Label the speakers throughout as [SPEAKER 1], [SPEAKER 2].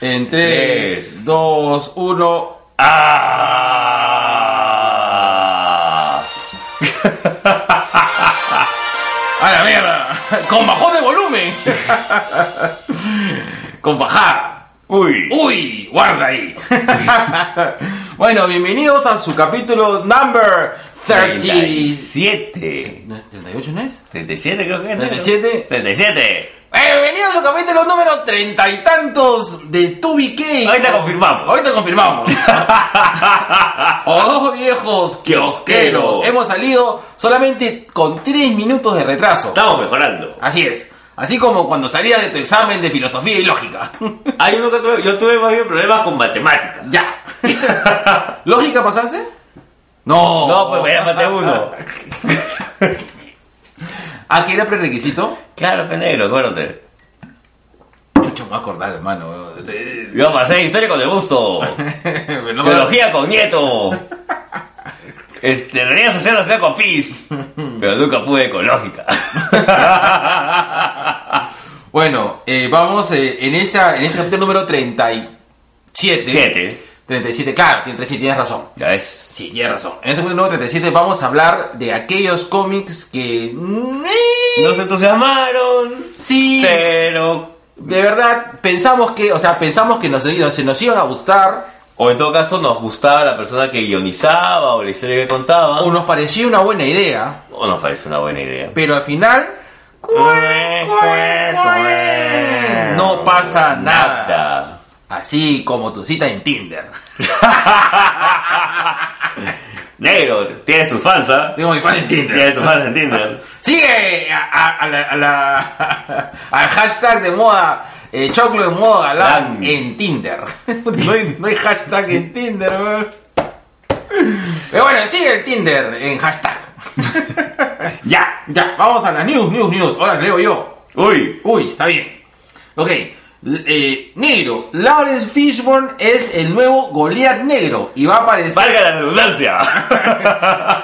[SPEAKER 1] En 3, 2, 1.
[SPEAKER 2] ¡Ah! ¡A la mierda! ¡Con bajón de volumen! ¡Con bajar!
[SPEAKER 1] Uy.
[SPEAKER 2] ¡Uy! ¡Guarda ahí!
[SPEAKER 1] Bueno, bienvenidos a su capítulo number 30.
[SPEAKER 2] 37.
[SPEAKER 1] ¿38 no es?
[SPEAKER 2] 37 creo que es. ¿no?
[SPEAKER 1] 37.
[SPEAKER 2] 37.
[SPEAKER 1] Eh, Bienvenidos a su capítulo número treinta y tantos de Tubi Cake.
[SPEAKER 2] Ahorita confirmamos.
[SPEAKER 1] Ahorita confirmamos. o dos viejos kiosqueros. Hemos salido solamente con 3 minutos de retraso.
[SPEAKER 2] Estamos mejorando.
[SPEAKER 1] Así es. Así como cuando salías de tu examen de filosofía y lógica.
[SPEAKER 2] Hay uno que tuve, yo tuve más bien problemas con matemáticas.
[SPEAKER 1] ya. ¿Lógica pasaste? No.
[SPEAKER 2] No, pues me maté uno.
[SPEAKER 1] ¿A qué era prerequisito?
[SPEAKER 2] Claro, penegro, acuérdate.
[SPEAKER 1] Chucha, me voy a acordar, hermano.
[SPEAKER 2] Yo pasé historia con el gusto.
[SPEAKER 1] Pero no me-
[SPEAKER 2] Este, Teología con Nieto. Este, realidad social nacional con PIS. Pero nunca pude con lógica.
[SPEAKER 1] Bueno, eh, vamos eh, en, esta, en este capítulo número 37.
[SPEAKER 2] Siete.
[SPEAKER 1] 37, claro, 37, tienes razón.
[SPEAKER 2] Ya ves.
[SPEAKER 1] Sí, tienes razón. En este capítulo número 37 vamos a hablar de aquellos cómics que...
[SPEAKER 2] No se entusiasmaron.
[SPEAKER 1] Sí,
[SPEAKER 2] Pero.
[SPEAKER 1] de verdad, pensamos que, o sea, pensamos que nos, nos- nos iban a gustar,
[SPEAKER 2] O en todo caso nos gustaba la persona que guionizaba o la historia que contaba.
[SPEAKER 1] o nos parecía una buena idea,
[SPEAKER 2] O nos parece una buena idea.
[SPEAKER 1] pero al final... No pasa nada. Así como tu cita en Tinder.
[SPEAKER 2] Negro, tienes tus fans, ¿ah?
[SPEAKER 1] Tengo mi fan en Tinder.
[SPEAKER 2] Tienes tus fans en Tinder.
[SPEAKER 1] Sigue a, a- a la, a la- al hashtag de moda, eh, choclo de moda, galán
[SPEAKER 2] Galán.
[SPEAKER 1] en Tinder. No hay, no hay hashtag en Tinder, weón. Pero bueno, sigue el Tinder en hashtag.
[SPEAKER 2] ¡Ya!
[SPEAKER 1] Ya, vamos a las news, news, news. Ahora leo yo.
[SPEAKER 2] ¡Uy!
[SPEAKER 1] Uy, está bien. Ok. l- eh, negro, Lawrence Fishburne es el nuevo Goliath negro y va a aparecer
[SPEAKER 2] ¡Valga la redundancia!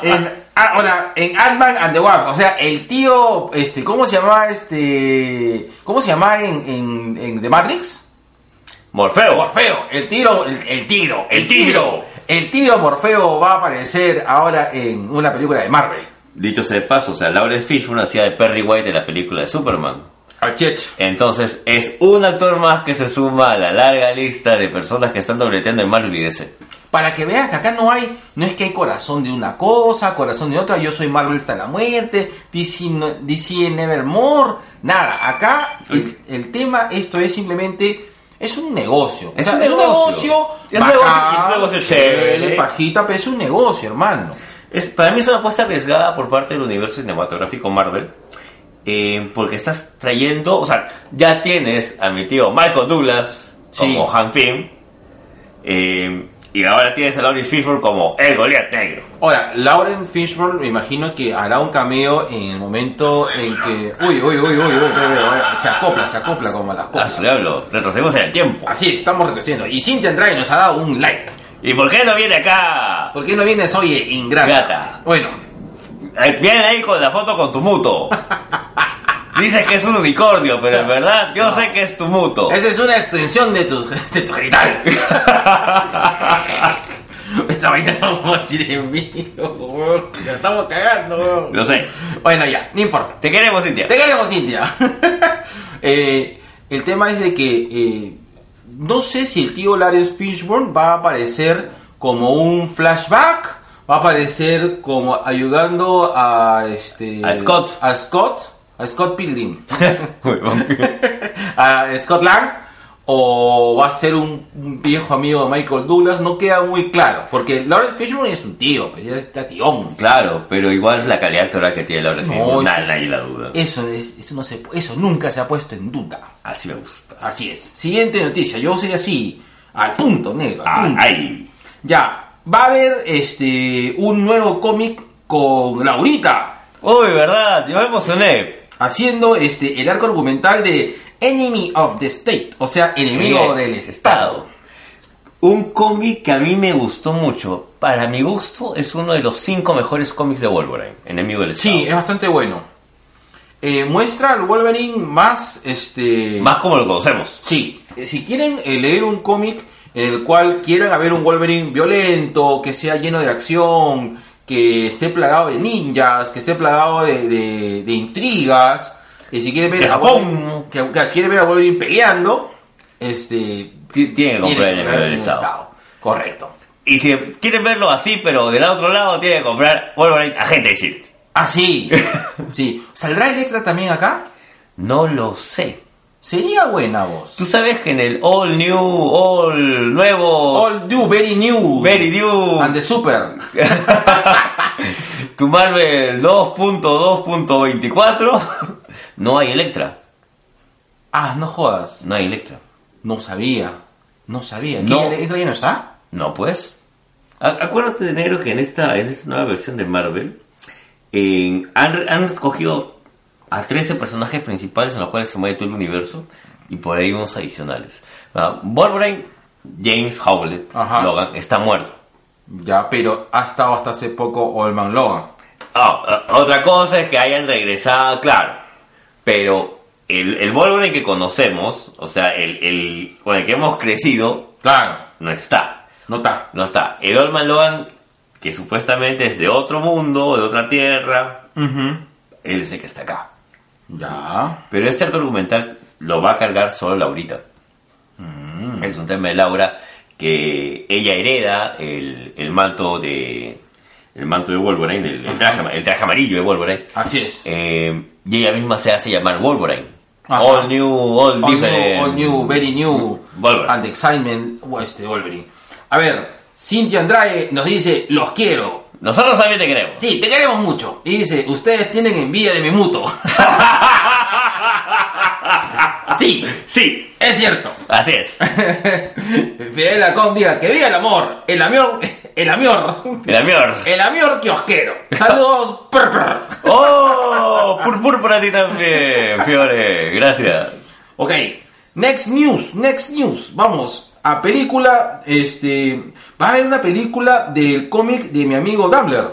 [SPEAKER 1] en, ah, hola, en Ant-Man and the Wasp. O sea, el tío, este, ¿cómo se llama este? ¿Cómo se llama en, en, en The Matrix?
[SPEAKER 2] Morfeo.
[SPEAKER 1] Morfeo, el tiro, el, el tiro,
[SPEAKER 2] El tigro.
[SPEAKER 1] El tío Morfeo va a aparecer ahora en una película de Marvel.
[SPEAKER 2] Dicho sea de paso, o sea, Lawrence Fishburne hacía de Perry White en la película de Superman.
[SPEAKER 1] Achech.
[SPEAKER 2] Entonces es un actor más que se suma a la larga lista de personas que están dobleteando en Marvel y DC.
[SPEAKER 1] Para que veas que acá no hay, no es que hay corazón de una cosa, corazón de otra, yo soy Marvel hasta la muerte, DC, no- DC Nevermore, nada, acá el, el tema, esto es simplemente, es un negocio. O
[SPEAKER 2] Es
[SPEAKER 1] sea,
[SPEAKER 2] un
[SPEAKER 1] es un
[SPEAKER 2] negocio.
[SPEAKER 1] negocio,
[SPEAKER 2] Es un negocio- es un negocio chévere.
[SPEAKER 1] pajita, pero es un negocio, hermano.
[SPEAKER 2] Es, para mí es una apuesta arriesgada por parte del universo cinematográfico Marvel. eh, porque estás trayendo, o sea, ya tienes a mi tío Michael Douglas
[SPEAKER 1] Sí.
[SPEAKER 2] como Han Pym. eh, y ahora tienes a Lawrence Fishburne como el Goliath negro.
[SPEAKER 1] Ahora, Lauren Fishburne me imagino que hará un cameo en el momento en que... Uy, uy, uy, uy, uy, uy, uy, uy, se acopla, se acopla como a las
[SPEAKER 2] A
[SPEAKER 1] cosas.
[SPEAKER 2] Ah, su diablo, retrocedemos en el tiempo.
[SPEAKER 1] Así, es, estamos retrocediendo. Y Cynthia Andrade nos ha dado un like.
[SPEAKER 2] ¿Y por qué no viene acá?
[SPEAKER 1] ¿Por qué no vienes hoy eh, ingrata?
[SPEAKER 2] Grata.
[SPEAKER 1] Bueno,
[SPEAKER 2] Eh, Viene ahí con la foto con tu muto. Dices que es un unicornio, pero en verdad yo sé que es tu muto.
[SPEAKER 1] esa es una extensión de tu, de tu genital. Esta vaina no vamos a decir en vivo, weón. La estamos cagando, weón.
[SPEAKER 2] Lo sé.
[SPEAKER 1] Bueno, ya, no importa.
[SPEAKER 2] Te queremos, Cintia.
[SPEAKER 1] Te queremos, Cintia. Eh, el tema es de que eh, no sé si el tío Larios Fishburne va a aparecer como un flashback, va a aparecer como ayudando a este
[SPEAKER 2] A Scott.
[SPEAKER 1] a Scott, a Scott Pilgrim,
[SPEAKER 2] Huevón.
[SPEAKER 1] a Scott Lang. O va a ser un, un viejo amigo de Michael Douglas, no queda muy claro. Porque Lawrence Fishburne es un tío, pues ya está tión.
[SPEAKER 2] claro, pero igual la calidad actoral que tiene Laura
[SPEAKER 1] No, eso-
[SPEAKER 2] no, Nadie la duda.
[SPEAKER 1] Eso, es, eso, no se, eso nunca se ha puesto en duda.
[SPEAKER 2] Así me gusta.
[SPEAKER 1] Así es. Siguiente noticia. Yo soy así. Al punto, negro. al
[SPEAKER 2] Ah,
[SPEAKER 1] punto.
[SPEAKER 2] ay.
[SPEAKER 1] Ya. Va a haber este un nuevo cómic con Laurita.
[SPEAKER 2] Uy, verdad, yo me emocioné.
[SPEAKER 1] Haciendo este el arco argumental de Enemy of the State. O sea, enemigo
[SPEAKER 2] Bien.
[SPEAKER 1] del Estado.
[SPEAKER 2] Un cómic que a mí me gustó mucho. Para mi gusto, es uno de los cinco mejores cómics de Wolverine. Enemigo del Estado.
[SPEAKER 1] Sí, es bastante bueno. eh, muestra al Wolverine más, este...
[SPEAKER 2] Más como lo conocemos.
[SPEAKER 1] Sí, eh, si quieren eh, leer un cómic en el cual quieran haber un Wolverine violento, que sea lleno de acción, que esté plagado de ninjas, que esté plagado de, de- de intrigas, y si quieren ver
[SPEAKER 2] De
[SPEAKER 1] a
[SPEAKER 2] Japón.
[SPEAKER 1] Wolverine- que, que quieren ver a Wolverine peleando, este
[SPEAKER 2] Ti- Tiene que comprar en el
[SPEAKER 1] comprar
[SPEAKER 2] primer
[SPEAKER 1] un
[SPEAKER 2] estado.
[SPEAKER 1] Correcto.
[SPEAKER 2] Y si quieren verlo así, pero del otro lado, tiene que comprar Wolverine Agente de Shield.
[SPEAKER 1] Así. Ah, sí. ¿Saldrá Electra también acá?
[SPEAKER 2] No lo sé.
[SPEAKER 1] Sería buena voz.
[SPEAKER 2] Tú sabes que en el All New, All Nuevo,
[SPEAKER 1] All new, very new.
[SPEAKER 2] Very New,
[SPEAKER 1] And the super.
[SPEAKER 2] tu Marvel 2.2.24, no hay Electra.
[SPEAKER 1] Ah, no jodas.
[SPEAKER 2] No hay Electra.
[SPEAKER 1] No sabía. No sabía. ¿Qué,
[SPEAKER 2] No.
[SPEAKER 1] Electra ya no está?
[SPEAKER 2] No, pues. A- Acuérdate de negro que en esta, en esta nueva versión de Marvel en- han, han escogido a 13 personajes principales en los cuales se mueve todo el universo y por ahí unos adicionales. Ah, Wolverine, James Howlett,
[SPEAKER 1] Ajá.
[SPEAKER 2] Logan, está muerto.
[SPEAKER 1] Ya, pero ha estado hasta hace poco Old Man Logan.
[SPEAKER 2] Ah, ah, otra cosa es que hayan regresado, claro. Pero el, el Wolverine que conocemos, o sea, el, el con el que hemos crecido,
[SPEAKER 1] Claro.
[SPEAKER 2] no está.
[SPEAKER 1] No está.
[SPEAKER 2] No está. El Old Man Logan, que supuestamente es de otro mundo, de otra tierra, él dice que está acá.
[SPEAKER 1] Ya.
[SPEAKER 2] Pero este arco argumental lo va a cargar solo Laurita.
[SPEAKER 1] Mm.
[SPEAKER 2] Es un tema de Laura que ella hereda el, el manto de. El manto de Wolverine, el, el traje, ama- el traje amarillo de Wolverine.
[SPEAKER 1] Así es.
[SPEAKER 2] Eh, y ella misma se hace llamar Wolverine.
[SPEAKER 1] Ajá.
[SPEAKER 2] All new, all,
[SPEAKER 1] All
[SPEAKER 2] different.
[SPEAKER 1] new, all new, very new.
[SPEAKER 2] Wolverine.
[SPEAKER 1] And excitement. o Este Wolverine. A ver, Cintia Andrade nos dice, los quiero.
[SPEAKER 2] Nosotros también te queremos.
[SPEAKER 1] Sí, te queremos mucho. Y dice, ustedes tienen envidia de mi muto. sí,
[SPEAKER 2] Sí,
[SPEAKER 1] es cierto.
[SPEAKER 2] así es.
[SPEAKER 1] Fidel Lacón diga, que viva el amor, el amior, el amior,
[SPEAKER 2] El amor.
[SPEAKER 1] el amior kiosquero. Saludos, prr, prr.
[SPEAKER 2] ¡Oh! Purpur para ti también, Fiore. Gracias.
[SPEAKER 1] Ok, next news, next news. Vamos a película, este, va a haber una película del cómic de mi amigo Dumbler.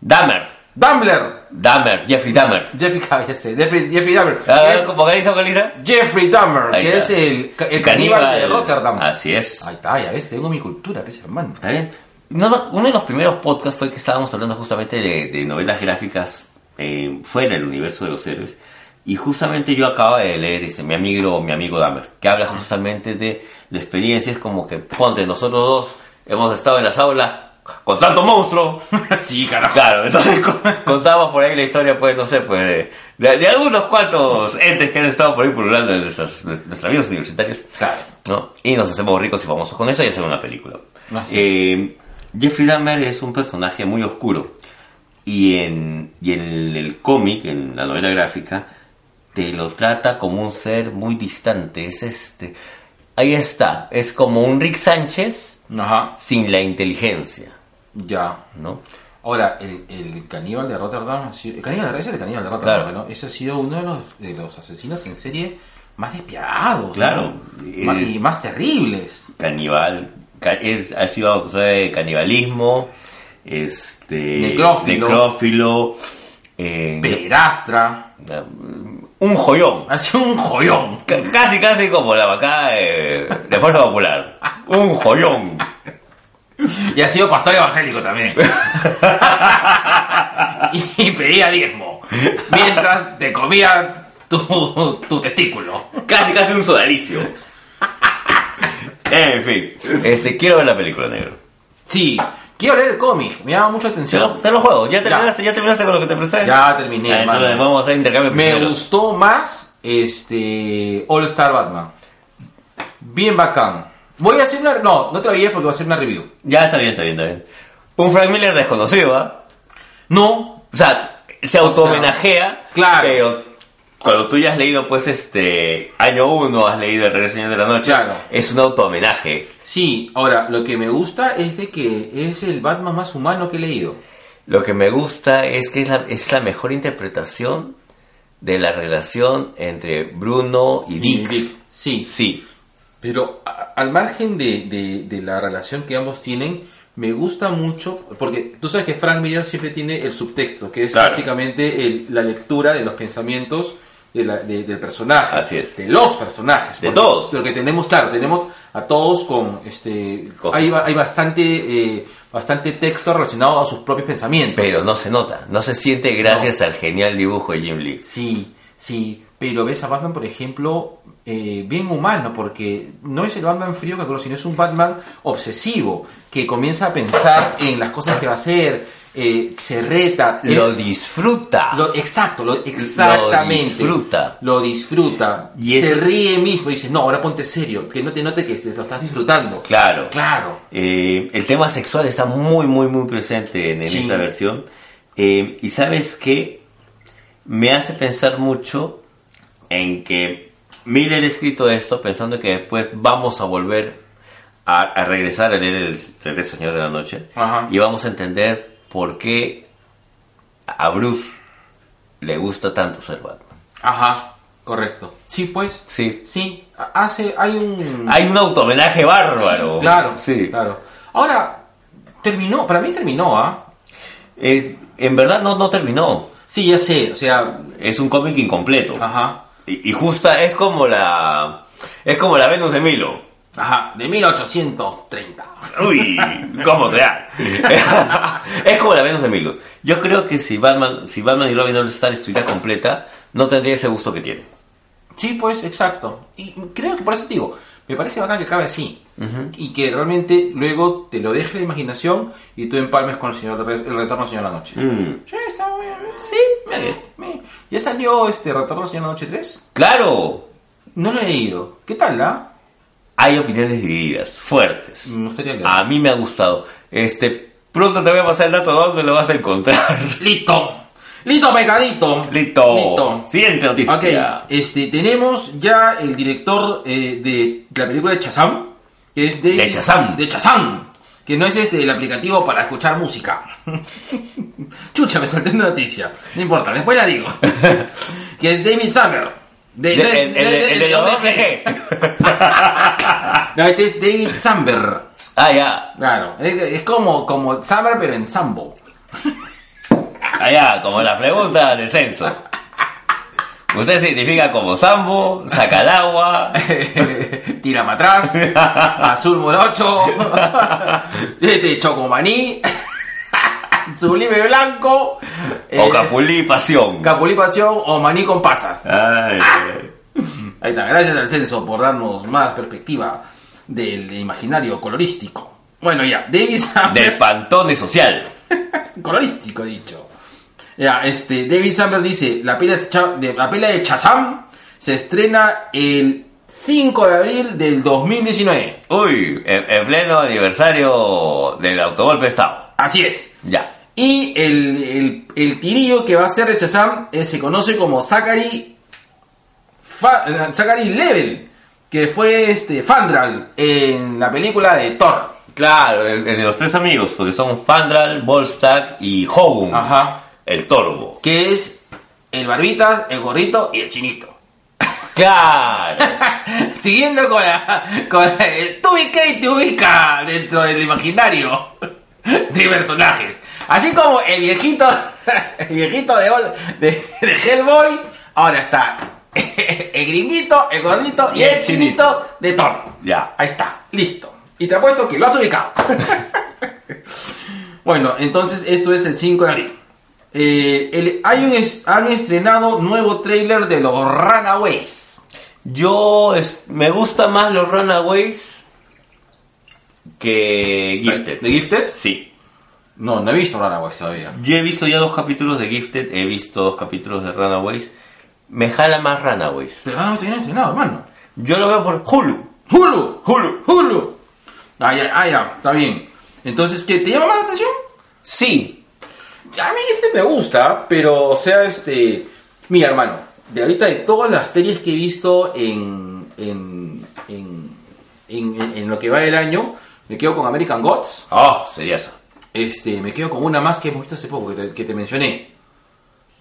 [SPEAKER 2] Dahmer.
[SPEAKER 1] Dumbler,
[SPEAKER 2] Dahmer. Jeffrey Dahmer.
[SPEAKER 1] Jeffrey, cállese, Jeffrey, Jeffrey Dahmer.
[SPEAKER 2] A
[SPEAKER 1] que
[SPEAKER 2] ver,
[SPEAKER 1] es
[SPEAKER 2] ¿Cómo que dice, Colisa?
[SPEAKER 1] Jeffrey Dahmer,
[SPEAKER 2] Ah, Ahí
[SPEAKER 1] que
[SPEAKER 2] está.
[SPEAKER 1] es el, ca- el caníbal de Rotterdam.
[SPEAKER 2] Así es.
[SPEAKER 1] Ahí está, ya ves, tengo mi cultura, pues, hermano.
[SPEAKER 2] Está bien. No, no, uno de los primeros podcasts fue que estábamos hablando justamente de, de novelas gráficas eh, fuera del universo de los héroes. Y justamente yo acababa de leer este, mi amigo, mi amigo Dahmer, que
[SPEAKER 1] Ah.
[SPEAKER 2] habla justamente de la experiencia. Es como que, ponte, nosotros dos hemos estado en las aulas con Santo Monstruo.
[SPEAKER 1] sí, carajo.
[SPEAKER 2] Claro, entonces co- contábamos por ahí la historia, pues, no sé, pues, de, de- de algunos cuantos entes que han estado por ahí pululando en nuestras, nuestras vidas universitarias.
[SPEAKER 1] Claro.
[SPEAKER 2] ¿no? Y nos hacemos ricos y famosos con eso y hacemos una película.
[SPEAKER 1] Así
[SPEAKER 2] Eh, Jeffrey Dahmer es un personaje muy oscuro. Y en, y en el cómic, en la novela gráfica, te lo trata como un ser muy distante. Es este. Ahí está. Es como un Rick Sánchez
[SPEAKER 1] Ajá,
[SPEAKER 2] sin la inteligencia,
[SPEAKER 1] ya.
[SPEAKER 2] ¿no?
[SPEAKER 1] Ahora, el, el caníbal de Rotterdam, ha sido- el caníbal de, es el caníbal de Rotterdam,
[SPEAKER 2] Claro.
[SPEAKER 1] ¿no? Ese ha sido uno de los, de los asesinos en serie más despiadados, ¿no?
[SPEAKER 2] Claro,
[SPEAKER 1] Ma-
[SPEAKER 2] es-
[SPEAKER 1] y más terribles.
[SPEAKER 2] caníbal, ca- es, ha sido acusado de canibalismo, este,
[SPEAKER 1] Necrófilo.
[SPEAKER 2] necrófilo, eh,
[SPEAKER 1] Perastra,
[SPEAKER 2] un joyón,
[SPEAKER 1] ha sido un joyón.
[SPEAKER 2] ca- casi casi como la vaca de, de Fuerza Popular, un joyón.
[SPEAKER 1] Y ha sido pastor evangélico también. y, pedía diezmo, mientras te comía tu, tu testículo.
[SPEAKER 2] Casi, casi un sodalicio. En fin, este, quiero ver la película, negro.
[SPEAKER 1] Sí, quiero leer el cómic, me llama mucha
[SPEAKER 2] Te lo,
[SPEAKER 1] atención.
[SPEAKER 2] te lo juego, ya
[SPEAKER 1] Ya.
[SPEAKER 2] terminaste, ya terminaste con lo que te presenté.
[SPEAKER 1] Ya terminé,
[SPEAKER 2] Ah, entonces
[SPEAKER 1] hermano.
[SPEAKER 2] vamos a hacer intercambio de
[SPEAKER 1] Me
[SPEAKER 2] prisioneros.
[SPEAKER 1] gustó más este All Star Batman. Bien bacán. Voy a hacer una... No, no te la veías porque voy a hacer una review.
[SPEAKER 2] Ya está bien, está bien, está bien. Un Frank Miller desconocido, ¿ah?
[SPEAKER 1] No,
[SPEAKER 2] O sea, se auto-homenajea,
[SPEAKER 1] claro.
[SPEAKER 2] pero cuando tú ya has leído, pues, este, año 1, has leído El Regreso del Señor de la Noche,
[SPEAKER 1] Claro.
[SPEAKER 2] es un auto-homenaje.
[SPEAKER 1] sí. Ahora, lo que me gusta es de que es el Batman más humano que he leído.
[SPEAKER 2] Lo que me gusta es que es la, es la mejor interpretación de la relación entre Bruno y Dick.
[SPEAKER 1] Sí.
[SPEAKER 2] Sí,
[SPEAKER 1] Pero a- al margen de, de- de la relación que ambos tienen, me gusta mucho, porque tú sabes que Frank Miller siempre tiene el subtexto, que es
[SPEAKER 2] Claro.
[SPEAKER 1] básicamente el- la lectura de los pensamientos de la- de- del personaje.
[SPEAKER 2] Así es.
[SPEAKER 1] De los personajes.
[SPEAKER 2] De
[SPEAKER 1] porque
[SPEAKER 2] todos.
[SPEAKER 1] Lo que tenemos, claro, tenemos a todos con este...
[SPEAKER 2] Con-
[SPEAKER 1] Hay, ba- hay bastante, eh, bastante texto relacionado a sus propios pensamientos.
[SPEAKER 2] Pero no se nota, no se siente gracias al genial dibujo de Jim Lee.
[SPEAKER 1] Sí, sí, pero ves a Batman, por ejemplo, eh, bien humano, porque no es el Batman frío que conozco, sino es un Batman obsesivo, que comienza a pensar en las cosas que va a hacer, eh, se reta. él-
[SPEAKER 2] Lo disfruta.
[SPEAKER 1] lo- exacto, lo, exactamente.
[SPEAKER 2] disfruta.
[SPEAKER 1] Lo disfruta.
[SPEAKER 2] Y
[SPEAKER 1] se
[SPEAKER 2] eso-
[SPEAKER 1] ríe mismo y dice, no, ahora ponte serio, que no te note que te lo estás disfrutando.
[SPEAKER 2] Claro.
[SPEAKER 1] Claro.
[SPEAKER 2] Eh, el tema sexual está muy, muy, muy presente en, en
[SPEAKER 1] Sí.
[SPEAKER 2] esta versión. Eh, y sabes que me hace pensar mucho en que Miller ha escrito esto pensando que después vamos a volver a, a regresar a leer el Regreso del Señor de la Noche
[SPEAKER 1] Ajá.
[SPEAKER 2] y vamos a entender por qué a Bruce le gusta tanto ser Batman.
[SPEAKER 1] Ajá, correcto. Sí, pues.
[SPEAKER 2] Sí.
[SPEAKER 1] Sí, hace, hay un...
[SPEAKER 2] Hay un automenaje bárbaro.
[SPEAKER 1] Claro,
[SPEAKER 2] sí.
[SPEAKER 1] claro. Ahora, terminó, para mí terminó, ¿ah?
[SPEAKER 2] Es- en verdad no, no terminó.
[SPEAKER 1] Sí, ya sé, o sea,
[SPEAKER 2] Es un cómic incompleto.
[SPEAKER 1] ajá,
[SPEAKER 2] Y, y justa es como la. Es como la Venus de Milo.
[SPEAKER 1] ajá, de 1830.
[SPEAKER 2] Uy, ¿cómo te da? es como la Venus de Milo. Yo creo que si Batman, si Batman y Robin All Star estuviera completa, no tendría ese gusto que tiene.
[SPEAKER 1] Sí, pues, exacto. Y creo que por eso te digo, me parece bacán que acabe así. Y que realmente luego te lo deje la imaginación y tú empalmes con el, señor, el retorno del señor de la noche.
[SPEAKER 2] Mm.
[SPEAKER 1] Sí, está bien. Sí, ¿Ya salió este retorno del señor de la noche 3?
[SPEAKER 2] Claro,
[SPEAKER 1] No lo he leído. ¿Qué tal, la?
[SPEAKER 2] hay opiniones divididas, fuertes.
[SPEAKER 1] Me gustaría leer.
[SPEAKER 2] A mí me ha gustado. Este, pronto te voy a pasar el dato donde lo vas a encontrar.
[SPEAKER 1] Listo. Listo, pegadito.
[SPEAKER 2] Listo.
[SPEAKER 1] Listo.
[SPEAKER 2] Siguiente noticia.
[SPEAKER 1] Ok, este, tenemos ya el director eh, de la película de Chazam, que es David-
[SPEAKER 2] De Shazam.
[SPEAKER 1] De Shazam, que no es este el aplicativo para escuchar música. Chucha, me salté una noticia. No importa, después la digo. que es David Summer. De-
[SPEAKER 2] El-
[SPEAKER 1] de-
[SPEAKER 2] el- el-
[SPEAKER 1] de-
[SPEAKER 2] el de los dos
[SPEAKER 1] de- No, este es David Summer.
[SPEAKER 2] Ah, ya.
[SPEAKER 1] Claro, es, es como, como Summer, pero en Sambo.
[SPEAKER 2] Allá, como las preguntas del censo. Usted se identifica como Sambo, Sacalagua.
[SPEAKER 1] Tira para atrás, azul morocho, este chocomaní, sublime blanco, Eh,
[SPEAKER 2] O Capulí Pasión.
[SPEAKER 1] capulipación o maní con pasas.
[SPEAKER 2] Ay, ay.
[SPEAKER 1] Ahí está, gracias al censo por darnos más perspectiva del imaginario colorístico. Bueno, ya, David
[SPEAKER 2] del
[SPEAKER 1] Sandberg,
[SPEAKER 2] Pantone Social.
[SPEAKER 1] colorístico he dicho. Ya, este, David Sandberg dice, la pela de Cha- de, la pela de Chazam se estrena el 5 de abril del 2019.
[SPEAKER 2] Uy, en, en pleno aniversario del autogolpe de Estado.
[SPEAKER 1] Así es.
[SPEAKER 2] Ya.
[SPEAKER 1] Y el, el, el tirillo que va a ser de Shazam, eh, se conoce como Zachary, Fa- eh, Zachary Level, que fue este Fandral en la película de Thor.
[SPEAKER 2] Claro, el, el de los tres amigos, porque son Fandral, Volstagg y Hogun.
[SPEAKER 1] Ajá.
[SPEAKER 2] El Torbo.
[SPEAKER 1] Que es el barbita, el gorrito y el chinito.
[SPEAKER 2] Claro.
[SPEAKER 1] Siguiendo con la... Con la- el tú ubica y te ubica dentro del imaginario de personajes. Así como el viejito... El viejito de, Ol- de, de Hellboy. Ahora está el gringuito, el gordito y el chinito de Thor.
[SPEAKER 2] Ya.
[SPEAKER 1] Ahí está, listo. Y te apuesto que lo has ubicado. Bueno, entonces esto es el 5 de abril. Eh, el- hay un es- han estrenado nuevo tráiler de los Runaways.
[SPEAKER 2] Yo es- me gusta más los Runaways que Gifted.
[SPEAKER 1] ¿De Gifted?
[SPEAKER 2] Sí.
[SPEAKER 1] No, no he visto Runaways todavía.
[SPEAKER 2] Yo he visto ya dos capítulos de Gifted, he visto dos capítulos de Runaways. Me jala más Runaways.
[SPEAKER 1] Pero Runaways todavía no he estrenado, hermano.
[SPEAKER 2] Yo lo veo por Hulu.
[SPEAKER 1] ¡Hulu!
[SPEAKER 2] Hulu.
[SPEAKER 1] ¡Hulu! Ah, ya, ah, ya, está bien. Entonces, ¿qué? ¿Te llama más la atención?
[SPEAKER 2] Sí.
[SPEAKER 1] A mí este me gusta, pero, o sea, este... Mira, hermano, de ahorita de todas las series que he visto en... en... en, en, en- en lo que va del año, me quedo con American Gods.
[SPEAKER 2] Oh, sería eso.
[SPEAKER 1] Este, me quedo con una más que hemos visto hace poco, que te, que te mencioné.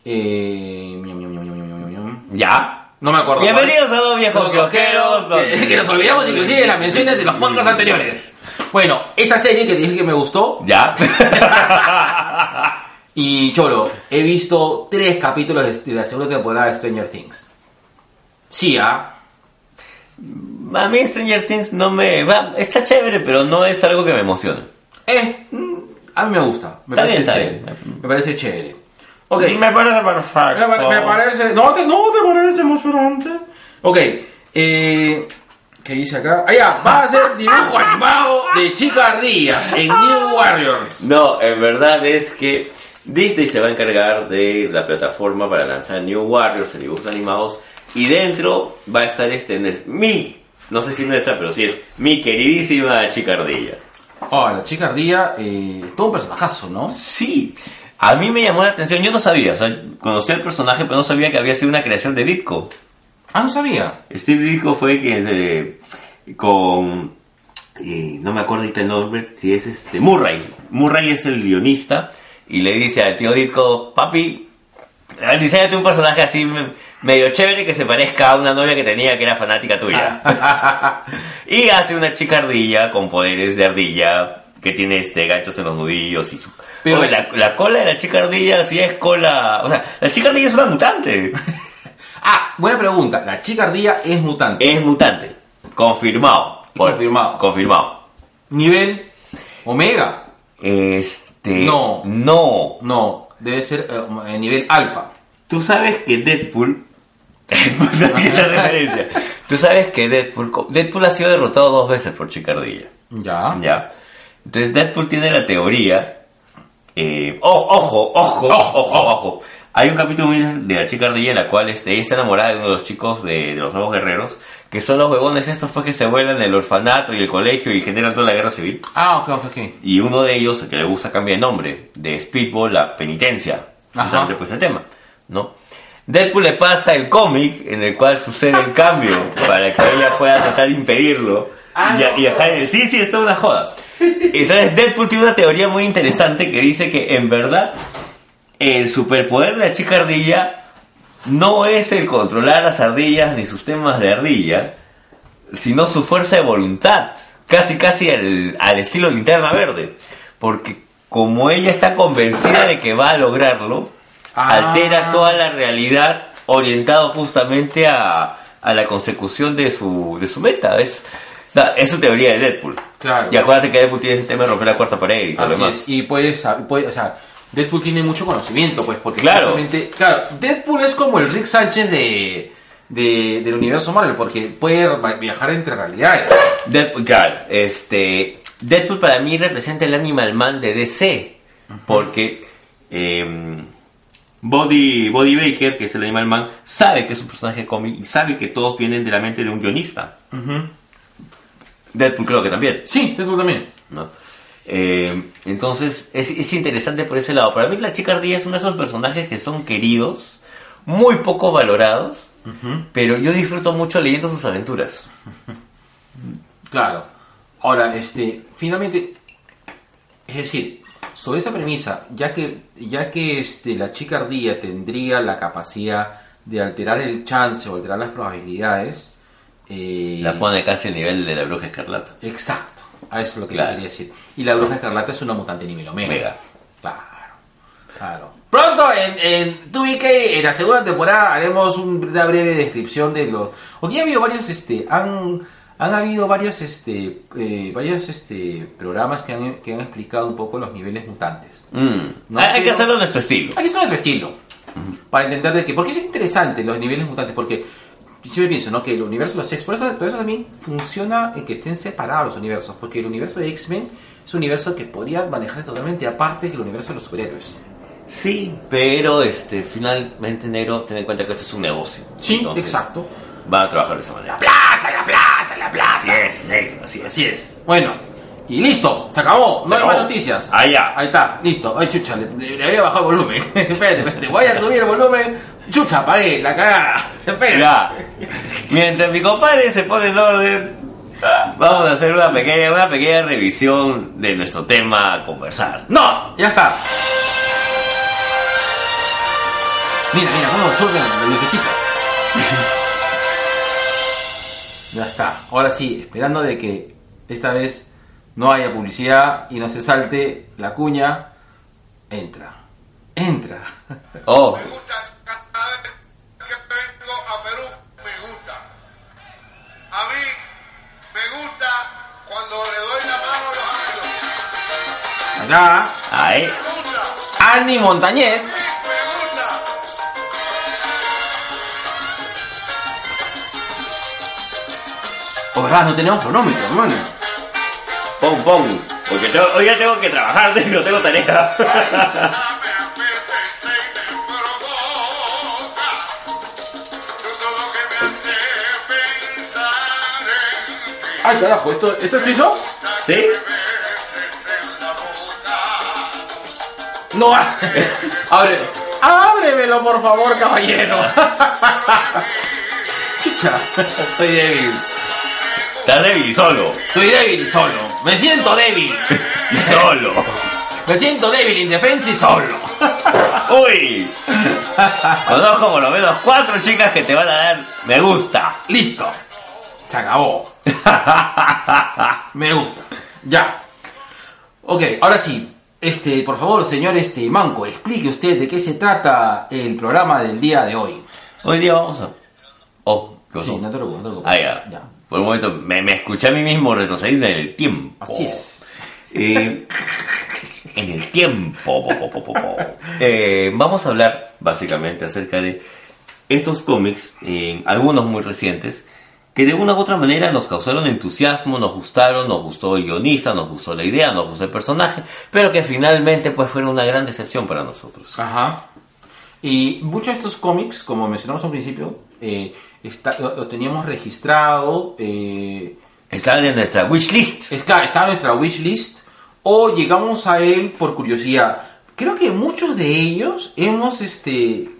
[SPEAKER 1] Eh... miam, miam, miam, miam, miam, miam, miam.
[SPEAKER 2] ¿Ya?
[SPEAKER 1] No me acuerdo.
[SPEAKER 2] Bienvenidos a dos viejos
[SPEAKER 1] Coqueros,
[SPEAKER 2] piojeros.
[SPEAKER 1] que, que nos olvidamos inclusive de las menciones de los podcasts anteriores. Bueno, esa serie que dije que me gustó,
[SPEAKER 2] Ya.
[SPEAKER 1] y Cholo, he visto tres capítulos de- de la segunda temporada de Stranger Things. Sí, ¿ah?
[SPEAKER 2] A mí Stranger Things no me... va, está chévere, pero no es algo que me emocione.
[SPEAKER 1] Eh, mm, a mí me gusta. Me
[SPEAKER 2] Está
[SPEAKER 1] parece
[SPEAKER 2] bien, está
[SPEAKER 1] chévere. Me parece chévere. Ok.
[SPEAKER 2] Me parece perfecto.
[SPEAKER 1] Me, pare- me parece. No te, no te parece emocionante. Ok. Eh, ¿Qué dice acá? Ah, ya. Va a hacer dibujo animado de Chica Ardilla en New Warriors.
[SPEAKER 2] No, en verdad es que Disney se va a encargar de la plataforma para lanzar New Warriors en dibujos animados y dentro va a estar este, es mi, no sé si nuestra, pero sí es mi queridísima chicardilla.
[SPEAKER 1] Oh, la Chica Ardilla, eh, todo un personajazo, ¿no?
[SPEAKER 2] Sí, a mí me llamó la atención, yo no sabía, o sea, conocía el personaje, pero no sabía que había sido una creación de Ditko.
[SPEAKER 1] Ah, no sabía.
[SPEAKER 2] Steve Ditko fue quien eh, con eh, no me acuerdo ahorita el nombre si es este Murray Murray es el guionista y le dice al tío Ditko papi diseñate un personaje así me- medio chévere que se parezca a una novia que tenía que era fanática tuya y hace una chica ardilla con poderes de ardilla que tiene este ganchos en los nudillos y su
[SPEAKER 1] Pero-
[SPEAKER 2] Oye, la, la cola de la chica ardilla sí es cola o sea la chica ardilla es una mutante
[SPEAKER 1] Ah, buena pregunta. La Chica Ardilla es mutante.
[SPEAKER 2] Es mutante. Confirmado.
[SPEAKER 1] Confirmado.
[SPEAKER 2] Confirmado.
[SPEAKER 1] Nivel Omega.
[SPEAKER 2] Este.
[SPEAKER 1] No.
[SPEAKER 2] No.
[SPEAKER 1] No, debe ser eh, nivel alfa.
[SPEAKER 2] Tú sabes que Deadpool. Esta referencia. Tú sabes que Deadpool. Deadpool ha sido derrotado dos veces por Chicardilla.
[SPEAKER 1] Ya.
[SPEAKER 2] Ya. Entonces Deadpool tiene la teoría. eh, o- ojo, ojo,
[SPEAKER 1] Ojo,
[SPEAKER 2] ojo, ojo, Hay un capítulo muy de la chica ardilla en la cual este, ella está enamorada de uno de los chicos de, de los nuevos guerreros, que son los huevones estos pues que se vuelan del orfanato y el colegio y generan toda la guerra civil.
[SPEAKER 1] Ah, ok, ok, ok.
[SPEAKER 2] Y uno de ellos, el que le gusta, cambia de nombre, de Speedball a Penitencia.
[SPEAKER 1] Ajá.
[SPEAKER 2] Justamente pues el tema, ¿no? Deadpool le pasa el cómic en el cual sucede el cambio para que ella pueda tratar de impedirlo.
[SPEAKER 1] Ah,
[SPEAKER 2] y, a- y a Jaime- sí, sí, esto es una joda. Entonces Deadpool tiene una teoría muy interesante que dice que en verdad el superpoder de la chica ardilla no es el controlar las ardillas ni sus temas de ardilla, sino su fuerza de voluntad, casi casi al, al estilo linterna verde, porque como ella está convencida de que va a lograrlo,
[SPEAKER 1] Ah.
[SPEAKER 2] altera toda la realidad orientado justamente a, a la consecución de su, de su meta. Es, o sea, es su teoría de Deadpool.
[SPEAKER 1] Claro.
[SPEAKER 2] Y acuérdate que Deadpool tiene ese tema de romper la cuarta pared y todo lo
[SPEAKER 1] Así
[SPEAKER 2] demás.
[SPEAKER 1] es, y puedes, sab- puede- o sea, Deadpool tiene mucho conocimiento, pues, porque
[SPEAKER 2] Claro.
[SPEAKER 1] justamente- claro, Deadpool es como el Rick Sánchez de, de- del universo Marvel, porque puede va- viajar entre realidades.
[SPEAKER 2] Deadpool, claro, este, Deadpool para mí representa el Animal Man de DC, porque eh, Body, Body Baker, que es el Animal Man, sabe que es un personaje cómic y sabe que todos vienen de la mente de un guionista. Deadpool creo que también.
[SPEAKER 1] Sí, Deadpool también.
[SPEAKER 2] ¿no? Eh, entonces es, es interesante por ese lado. Para mí la chica ardilla es uno de esos personajes que son queridos, muy poco valorados, pero yo disfruto mucho leyendo sus aventuras.
[SPEAKER 1] Claro. Ahora, este, finalmente, es decir, sobre esa premisa, ya que, ya que este, la chica ardilla tendría la capacidad de alterar el chance o alterar las probabilidades, eh,
[SPEAKER 2] La pone casi al nivel de la bruja escarlata.
[SPEAKER 1] Exacto, a eso es lo que
[SPEAKER 2] Claro.
[SPEAKER 1] quería decir. Y la bruja escarlata es una mutante ni me lo mega.
[SPEAKER 2] Mega.
[SPEAKER 1] Claro, claro. Pronto en, en 2BK, en la segunda temporada, haremos un- una breve descripción de los. Porque ya ha habido varios, este, han, han habido varios, este, eh, varios, este, programas que han, que han explicado un poco los niveles mutantes.
[SPEAKER 2] Mm.
[SPEAKER 1] No
[SPEAKER 2] hay hay que
[SPEAKER 1] quiero-
[SPEAKER 2] hacerlo a nuestro estilo.
[SPEAKER 1] Aquí son nuestro estilo. Para entender de qué. Porque es interesante los niveles mutantes. Porque yo siempre pienso, ¿no? Que el universo de los X. Por eso, por eso también funciona en que estén separados los universos. Porque el universo de X-Men es un universo que podría manejarse totalmente aparte que el universo de los superhéroes.
[SPEAKER 2] Sí, pero este, finalmente, negro, ten en cuenta que esto es un negocio. Entonces,
[SPEAKER 1] exacto.
[SPEAKER 2] Van a trabajar de esa manera.
[SPEAKER 1] ¡Plata, la plata, la plata!
[SPEAKER 2] Así es, negro, así es.
[SPEAKER 1] Así es. Bueno. Y listo, se acabó, no
[SPEAKER 2] Se
[SPEAKER 1] hay
[SPEAKER 2] acabó.
[SPEAKER 1] más noticias.
[SPEAKER 2] Ah, ya.
[SPEAKER 1] Ahí está, listo. Ay, chucha, le, le- le había bajado el volumen. espérate, espérate, voy a subir el volumen. Chucha, apagué, la cagada. Espera.
[SPEAKER 2] Ya. Mientras mi compadre se pone en orden, vamos a hacer una pequeña, una pequeña revisión de nuestro tema a conversar.
[SPEAKER 1] ¡No! ¡Ya está! Mira, mira, cómo surgen las lucecitas. Ya está. Ahora sí, esperando de que esta vez no haya publicidad y no se salte la cuña, entra. Entra.
[SPEAKER 2] Oh,
[SPEAKER 3] Me gusta cada vez que vengo a Perú, me gusta. A mí me gusta cuando le doy la mano a los amigos.
[SPEAKER 1] Acá,
[SPEAKER 2] ahí.
[SPEAKER 3] Me gusta,
[SPEAKER 1] Andy Montañez.
[SPEAKER 3] sí, me gusta.
[SPEAKER 1] O verdad, no tenemos cronómetro, hermano.
[SPEAKER 2] Pum, pum. Porque yo- hoy ya tengo que trabajar, no tengo tarea.
[SPEAKER 3] Dame a meterse y me provoca. Todo lo que me hace pensar en ti.
[SPEAKER 1] Ay, carajo, ¿esto, ¿esto es tuyo?
[SPEAKER 3] Hasta
[SPEAKER 2] ¿Sí?
[SPEAKER 3] que me beses en la boca.
[SPEAKER 1] No. Abre. Ábremelo, por favor, caballero. Chicha. Estoy débil.
[SPEAKER 2] Estás débil y solo.
[SPEAKER 1] Estoy débil y solo. Me siento débil.
[SPEAKER 2] Y solo.
[SPEAKER 1] Me siento débil, indefenso y solo.
[SPEAKER 2] Uy. Conozco por lo menos cuatro chicas que te van a dar me gusta.
[SPEAKER 1] Listo. Se acabó. Me gusta. Ya. Ok, ahora sí. Este, por favor, señor este Manco, explique usted de qué se trata el programa del día de hoy.
[SPEAKER 2] Hoy día vamos a... Oh, ¿qué pasó?
[SPEAKER 1] Sí, no te preocupes, no te preocupes.
[SPEAKER 2] Ah, ya.
[SPEAKER 1] Ya.
[SPEAKER 2] Por un momento me, me escuché a mí mismo retroceder en el tiempo.
[SPEAKER 1] Así
[SPEAKER 2] Oh.
[SPEAKER 1] es.
[SPEAKER 2] Eh, en el tiempo. po, po, po, po, po. Eh, vamos a hablar básicamente acerca de estos cómics, eh, algunos muy recientes, que de una u otra manera nos causaron entusiasmo, nos gustaron, nos gustó el guionista, nos gustó la idea, nos gustó el personaje, pero que finalmente pues fueron una gran decepción para nosotros.
[SPEAKER 1] Ajá. Y muchos de estos cómics, como mencionamos al principio, eh, está- lo, lo teníamos registrado. eh,
[SPEAKER 2] Está en nuestra wishlist.
[SPEAKER 1] está, está en nuestra wishlist. O llegamos a él por curiosidad. Creo que muchos de ellos hemos este.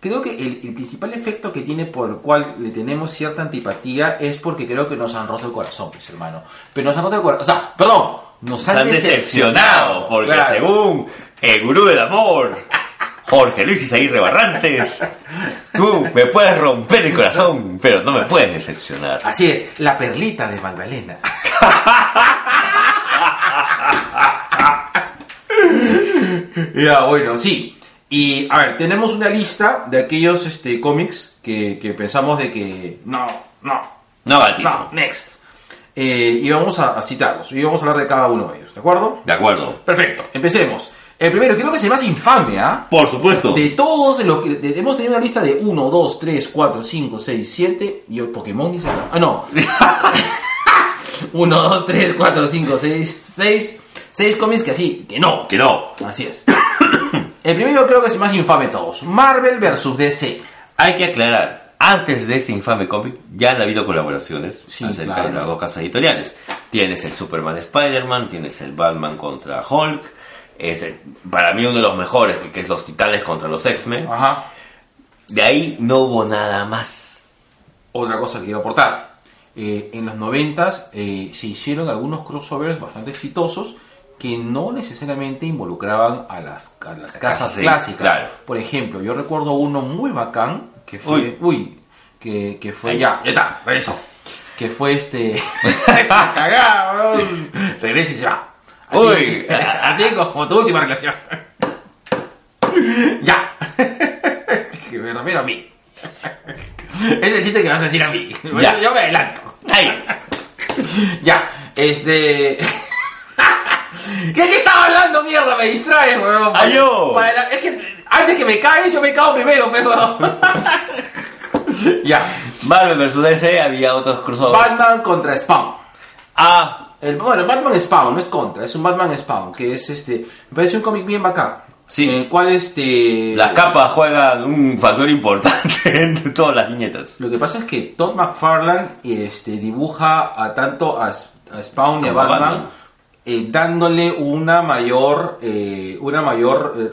[SPEAKER 1] Creo que el, el principal efecto que tiene por el cual le tenemos cierta antipatía es porque creo que nos han roto el corazón, pues hermano. Pero nos han roto el corazón. O sea, perdón, nos han,
[SPEAKER 2] Están decepcionados porque
[SPEAKER 1] Claro.
[SPEAKER 2] según el gurú del amor, Jorge Luis Isaguirre Barrantes, tú me puedes romper el corazón, pero no me puedes decepcionar.
[SPEAKER 1] Así es, la perlita de Magdalena. ya, bueno, sí. Y a ver, tenemos una lista de aquellos este, cómics que, que pensamos de que no, no,
[SPEAKER 2] No, Gati.
[SPEAKER 1] no, next. Eh, y vamos a, a citarlos, y vamos a hablar de cada uno de ellos, ¿de acuerdo?
[SPEAKER 2] De acuerdo.
[SPEAKER 1] Perfecto, empecemos. El primero, creo que es el más infame, ¿ah?
[SPEAKER 2] Por supuesto.
[SPEAKER 1] De todos los que de- hemos tenido una lista de 1, 2, 3, 4, 5, 6, 7 y el Pokémon dice. Ah, no. 1, 2, 3, 4, 5, 6, 6. 6 cómics que así, que no.
[SPEAKER 2] Que no.
[SPEAKER 1] Así es. El primero creo que es el más infame de todos. Marvel vs DC.
[SPEAKER 2] Hay que aclarar, antes de ese infame cómic ya han habido colaboraciones
[SPEAKER 1] Sí,
[SPEAKER 2] acerca
[SPEAKER 1] claro.
[SPEAKER 2] de las dos casas editoriales. Tienes el Superman Spider-Man, tienes el Batman contra Hulk, es el- para mí uno de los mejores, que es los Titanes contra los X-Men.
[SPEAKER 1] Ajá.
[SPEAKER 2] De ahí no hubo nada más.
[SPEAKER 1] Otra cosa que quiero aportar. Eh, en los 90 se hicieron algunos crossovers bastante exitosos que no necesariamente involucraban a las, a las casas
[SPEAKER 2] casas, sí,
[SPEAKER 1] clásicas.
[SPEAKER 2] claro.
[SPEAKER 1] Por ejemplo, yo recuerdo uno muy bacán que fue. Uy,
[SPEAKER 2] Uy.
[SPEAKER 1] que, que fue.
[SPEAKER 2] Ahí,
[SPEAKER 1] Pues ya, ya está, regreso. Que fue este. Cagado, weón. Regresa y se va. Así,
[SPEAKER 2] Uy.
[SPEAKER 1] así como tu última relación. ya. que me refiero a mí. Es el chiste que vas a decir a mí.
[SPEAKER 2] Ya.
[SPEAKER 1] Yo, yo me adelanto.
[SPEAKER 2] ¡Ay!
[SPEAKER 1] Ya, este. ¿Qué, ¿Qué estaba hablando, mierda? Me distraes, weón.
[SPEAKER 2] Ay, Ah, yo.
[SPEAKER 1] Para- Es que antes que me caes, yo me cago primero, pues, weón. ya.
[SPEAKER 2] Marvel vs DC había otros cruzados.
[SPEAKER 1] Batman contra Spawn.
[SPEAKER 2] Ah,
[SPEAKER 1] El, bueno, Batman Spawn, no es contra, es un Batman Spawn, que es este. Me parece un cómic bien bacán.
[SPEAKER 2] Sí.
[SPEAKER 1] En el cual este.
[SPEAKER 2] las capas juegan un factor importante entre todas las viñetas.
[SPEAKER 1] Lo que pasa es que Todd McFarlane este, dibuja a tanto a, S- a Spawn y a
[SPEAKER 2] Como
[SPEAKER 1] Batman,
[SPEAKER 2] Batman.
[SPEAKER 1] eh, dándole una mayor, eh, una mayor eh,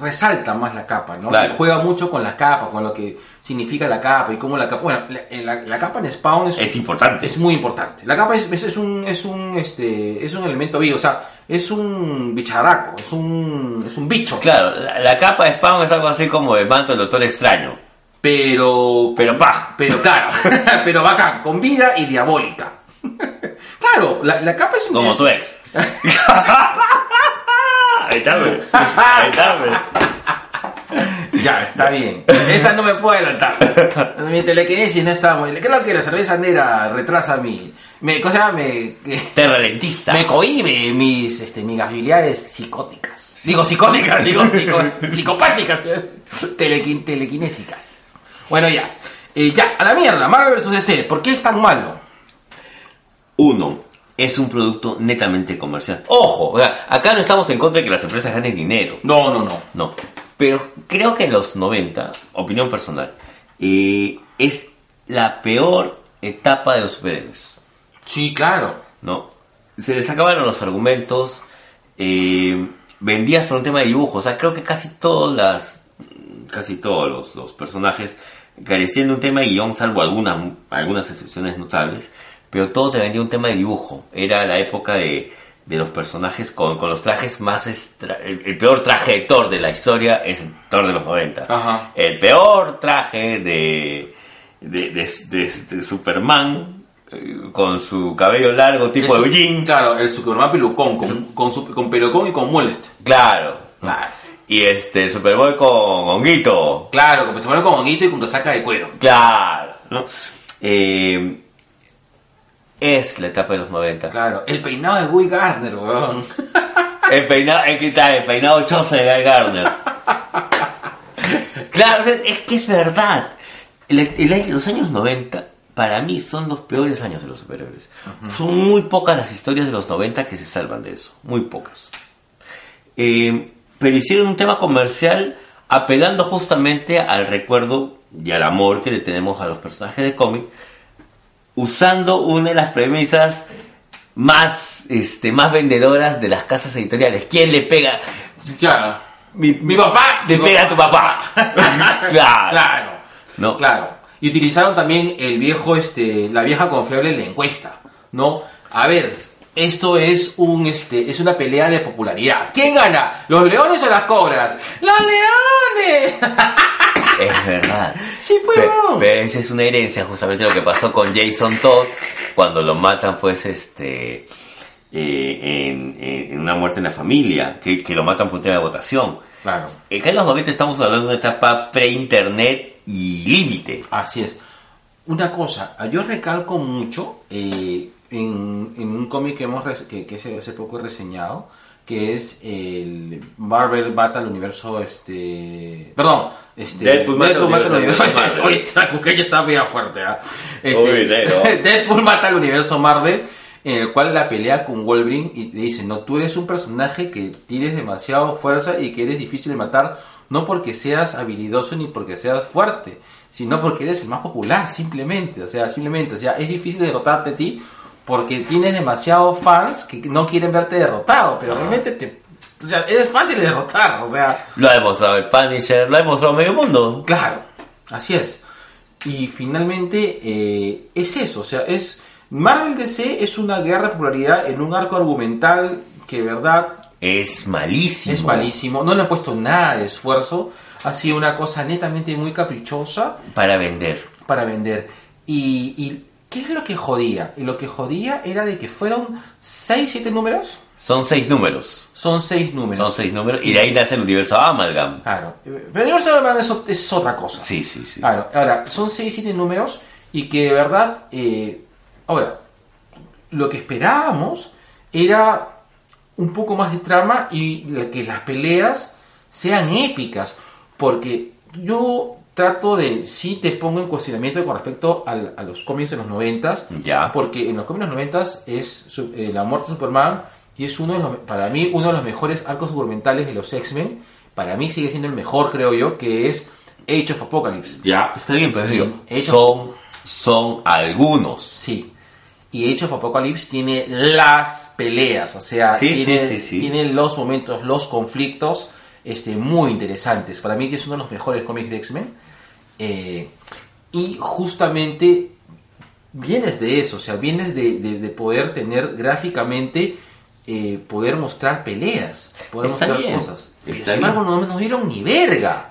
[SPEAKER 1] resalta más la capa, ¿no?
[SPEAKER 2] Claro.
[SPEAKER 1] Y Juega mucho con la capa, con lo que significa la capa y cómo la capa. Bueno, la, en la- la capa en Spawn es,
[SPEAKER 2] Es importante.
[SPEAKER 1] es muy importante. La capa es, es- es un es un este es un elemento vivo, o sea, es un bicharaco, es un es un bicho.
[SPEAKER 2] Claro, la, la capa de Spawn es algo así como el manto del Doctor Extraño.
[SPEAKER 1] pero.
[SPEAKER 2] Pero pa.
[SPEAKER 1] Pero claro, pero bacán, con vida y diabólica. claro, la, la capa es un.
[SPEAKER 2] Como
[SPEAKER 1] es-
[SPEAKER 2] tu ex. Ahí está, güey. Ahí está, güey.
[SPEAKER 1] Ya, está bien. Esa no me puedo adelantar. Mi telequinesis no está muy. Creo que la cerveza negra retrasa mi. Me, ¿Cómo se llama? Me, eh,
[SPEAKER 2] Te ralentiza.
[SPEAKER 1] me cohíbe mis, este, mis habilidades psicóticas. Digo psicóticas, digo psico- psicopáticas. Telequin- telequinésicas. Bueno, ya. Eh, ya, a la mierda. Marvel vs. DC. ¿Por qué es tan malo?
[SPEAKER 2] Uno, es un producto netamente comercial. Ojo, o sea, acá no estamos en contra de que las empresas ganen dinero.
[SPEAKER 1] No, no, no.
[SPEAKER 2] No. Pero creo que en los 90, opinión personal, eh, es la peor etapa de los superhéroes.
[SPEAKER 1] Sí, claro.
[SPEAKER 2] ¿no? Se les acabaron los argumentos, eh, vendías por un tema de dibujo, o sea, creo que casi todas las, casi todos los, los personajes carecían de un tema de guión, salvo algunas, algunas excepciones notables, pero todo te vendía un tema de dibujo, era la época de, de los personajes con, con los trajes más, extra- el, el peor traje de Thor de la historia es el Thor de los 90,
[SPEAKER 1] Ajá.
[SPEAKER 2] el peor traje de, de, de, de- de Superman eh, con su cabello largo tipo
[SPEAKER 1] El
[SPEAKER 2] de
[SPEAKER 1] su-
[SPEAKER 2] jean.
[SPEAKER 1] Claro, el Superman pelucón, con, con, su- con pelucón y con mullet.
[SPEAKER 2] Claro.
[SPEAKER 1] Claro,
[SPEAKER 2] Y este Superboy con honguito.
[SPEAKER 1] claro con Superman con honguito y con casaca de cuero.
[SPEAKER 2] Claro. ¿no? Eh, es la etapa de los 90.
[SPEAKER 1] Claro, el peinado de Will Gardner, weón.
[SPEAKER 2] El peinado, el que está, el peinado choza de Guy Gardner. claro, o sea, es que es verdad. El- el- los años 90, para mí, son los peores años de los superhéroes. Son muy pocas las historias de los 90 que se salvan de eso. Muy pocas. Eh, pero hicieron un tema comercial apelando justamente al recuerdo y al amor que le tenemos a los personajes de cómic, usando una de las premisas más, este, más vendedoras de las casas editoriales. ¿Quién le pega?
[SPEAKER 1] Sí, claro.
[SPEAKER 2] Mi,
[SPEAKER 1] Mi papá.
[SPEAKER 2] le
[SPEAKER 1] mi
[SPEAKER 2] pega a tu papá. claro.
[SPEAKER 1] Claro.
[SPEAKER 2] No.
[SPEAKER 1] Claro. Y utilizaron también el viejo, este, la vieja confiable en la encuesta, ¿no? A ver, esto es un, este, es una pelea de popularidad. ¿Quién gana? ¿Los leones o las cobras? ¡Los leones!
[SPEAKER 2] Es verdad.
[SPEAKER 1] Sí, pues,
[SPEAKER 2] Pe-
[SPEAKER 1] no.
[SPEAKER 2] pero esa es una herencia, justamente lo que pasó con Jason Todd cuando lo matan, pues, este. eh, en, en- en una muerte en la familia, que, que lo matan por tema de votación.
[SPEAKER 1] Claro.
[SPEAKER 2] Acá en los 90 estamos hablando de una etapa pre-internet y límite.
[SPEAKER 1] Así es. Una cosa, yo recalco mucho eh, en, en un cómic que hemos res- que, que se- hace poco he reseñado, que es el Marvel Battle Universo, este, perdón, este,
[SPEAKER 2] Deadpool Battle Universo
[SPEAKER 1] Universo.
[SPEAKER 2] Marvel.
[SPEAKER 1] Oye, la cuqueña está bien fuerte, ¿ah?
[SPEAKER 2] Uy, negro.
[SPEAKER 1] Deadpool mata al universo Marvel, en el cual la pelea con Wolverine y te dice, no, tú eres un personaje que tienes demasiado fuerza y que eres difícil de matar, no porque seas habilidoso ni porque seas fuerte, sino porque eres el más popular, simplemente, o sea, simplemente, o sea, es difícil derrotarte a ti porque tienes demasiados fans que no quieren verte derrotado, pero realmente te... O sea, es fácil de derrotar, o sea...
[SPEAKER 2] Lo ha demostrado el Punisher, lo ha demostrado medio mundo.
[SPEAKER 1] Claro, así es. Y finalmente eh, es eso, o sea, es Marvel DC es una guerra de popularidad en un arco argumental que de verdad
[SPEAKER 2] Es malísimo.
[SPEAKER 1] es malísimo, no le han puesto nada de esfuerzo, ha sido una cosa netamente muy caprichosa
[SPEAKER 2] Para vender.
[SPEAKER 1] para vender. Y, y ¿qué es lo que jodía? Y lo que jodía era de que fueron 6, 7 números,
[SPEAKER 2] Son seis números.
[SPEAKER 1] son 6 números.
[SPEAKER 2] Son seis números. Y de ahí nace el universo Amalgam.
[SPEAKER 1] Claro, pero yo eso eso es otra cosa.
[SPEAKER 2] Sí, sí, sí.
[SPEAKER 1] Claro, ahora, son 6, 7 números y que de verdad, eh, ahora, lo que esperábamos era un poco más de trama y la- que las peleas sean épicas, porque yo trato de, sí te pongo en cuestionamiento con respecto al- a los cómics de los noventas,
[SPEAKER 2] Ya.
[SPEAKER 1] porque en los cómics de los noventas es su- eh, la muerte de Superman y es uno de los, para mí uno de los mejores arcos documentales de los X-Men, para mí sigue siendo el mejor creo yo, que es Age of Apocalypse.
[SPEAKER 2] Ya, está bien, pero digo,
[SPEAKER 1] Ellos-
[SPEAKER 2] son, son algunos.
[SPEAKER 1] Sí. Y Age of Apocalypse tiene las peleas, o sea,
[SPEAKER 2] Sí, sí,
[SPEAKER 1] tiene,
[SPEAKER 2] sí, sí.
[SPEAKER 1] tiene los momentos, los conflictos este, muy interesantes. Para mí que es uno de los mejores cómics de X-Men. Eh, y justamente vienes de eso, o sea, vienes de, de- de poder tener gráficamente, eh, poder mostrar peleas, poder
[SPEAKER 2] Está
[SPEAKER 1] mostrar
[SPEAKER 2] bien,
[SPEAKER 1] cosas. Sin
[SPEAKER 2] está
[SPEAKER 1] embargo,
[SPEAKER 2] bien.
[SPEAKER 1] no nos dieron ni verga.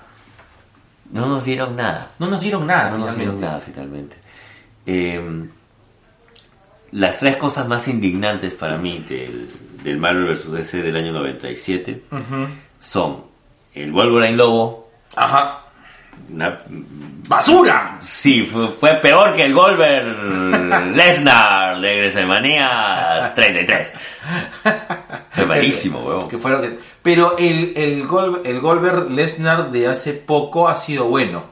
[SPEAKER 2] No nos dieron nada.
[SPEAKER 1] No nos dieron nada.
[SPEAKER 2] No nos
[SPEAKER 1] finalmente.
[SPEAKER 2] dieron nada Ah, finalmente. Eh, las tres cosas más indignantes para mí del, del Marvel vs. DC del año 97
[SPEAKER 1] Ujú.
[SPEAKER 2] son el Wolverine Lobo.
[SPEAKER 1] Ajá.
[SPEAKER 2] una-
[SPEAKER 1] ¡Basura!
[SPEAKER 2] sí, fue, fue peor que el Goldberg Lesnar de WrestleMania 33. Fue malísimo, weón.
[SPEAKER 1] Que fue lo que... Pero el, el, gol, el Golver Lesnar de hace poco ha sido bueno.